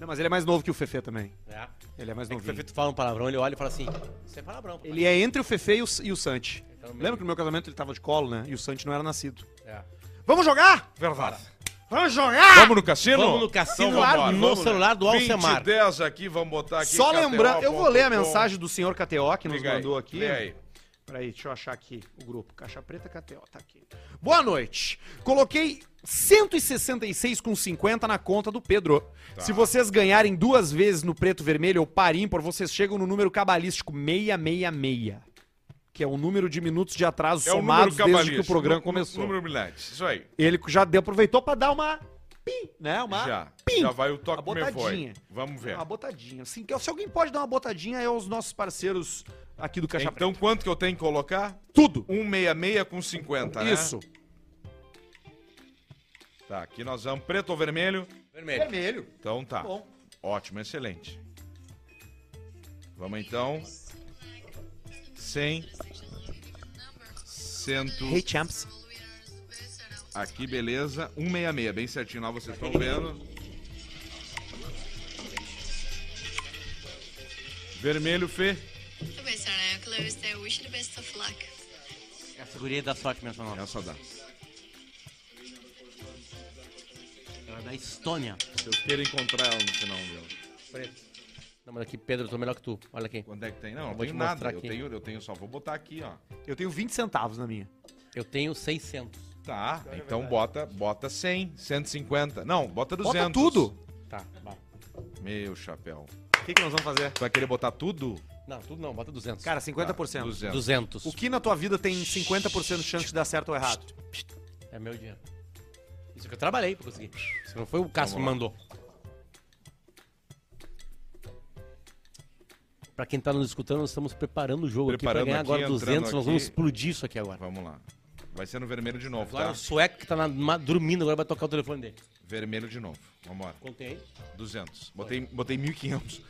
Não, mas ele é mais novo que o Fefe também. É. Ele é mais O novinho. prefeito fala um palavrão, ele olha e fala assim: Isso é palavrão. papai." Ele é entre o Fefe e o, S- e o Santi. Então, Lembra que no meu casamento ele tava de colo, né? E o Santi não era nascido. É. Vamos jogar? Verdade. Vamos jogar! Vamos no cassino? Vamos no cassino Então vambora, no vamos, né? celular do 20 Alcemar. 10 aqui, vamos botar aqui. Só lembrando, eu vou ler a KTO.com. mensagem do senhor KTO que nos Liga aí, mandou aqui. lê aí. Peraí, deixa eu achar aqui o grupo. Caixa Preta KTO, tá aqui. Boa noite. Coloquei 166,50 na conta do Pedro. Tá. Se vocês ganharem duas vezes no preto vermelho ou par ímpar, vocês chegam no número cabalístico 666. Que é o número de minutos de atraso É o número somados desde que o cabalístico. programa nu- começou. Número brilhante. Isso aí. Ele já deu- aproveitou pra dar uma pi, né? Uma Já. pim. Já vai o Uma toque me foi. botadinha. Vamos ver. Uma botadinha. Assim, que- se alguém pode dar uma botadinha, é os nossos parceiros aqui do Caixa Então quanto que eu tenho que colocar? Preta. Tudo. 166 com 50, né? Isso. Tá, aqui nós vamos preto ou vermelho? Vermelho. Vermelho. Então tá. Bom. Ótimo, excelente. Vamos então. 100. 100. Hey, champs. Aqui, beleza. 166, bem certinho lá, vocês estão vendo. Vermelho, Fê. The best binoculars there. We should have best of luck. Essa guria É da sorte mesmo, não. Essa dá. Ela é da Estônia. Se eu quero encontrar ela no final, viu? Não, mas aqui, Pedro, eu sou melhor que tu. Olha aqui. Quando é que tem? Não, não Vou tenho te mostrar nada. Eu aqui. tenho, eu tenho só. Vou botar aqui, ó. Eu tenho 20 centavos na minha. Eu tenho 600. Tá, então bota, bota 100, 150. Não, bota 200. Bota tudo. Tá, vai. Meu chapéu. O que, que nós vamos fazer? Tu vai querer botar tudo? Não, tudo não, bota 200. Cara, 50%. 200. 200. O que na tua vida tem 50% de chance de dar certo ou errado? É meu dinheiro. Isso que eu trabalhei pra conseguir. Isso não foi o Cássio que mandou. Pra quem tá nos escutando, nós estamos preparando o jogo Preparando aqui pra ganhar aqui, agora 200. entrando Nós aqui. Tá. vamos explodir isso aqui agora. Vamos lá. Vai ser no vermelho de novo, Agora tá? o sueco que tá na- ma- dormindo agora vai tocar o telefone dele. Vermelho de novo. Vamos lá. Contei. 200. Botei, botei 1.500.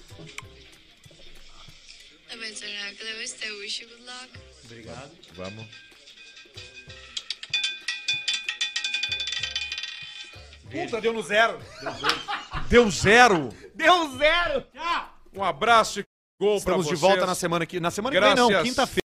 The best oracle I wish I wish you good luck. Vamos. Puta, deu no zero. Deu zero. Deu zero! Um abraço e gol pra Estamos vocês. de volta na semana que na semana que vem não, Graças. quinta-feira.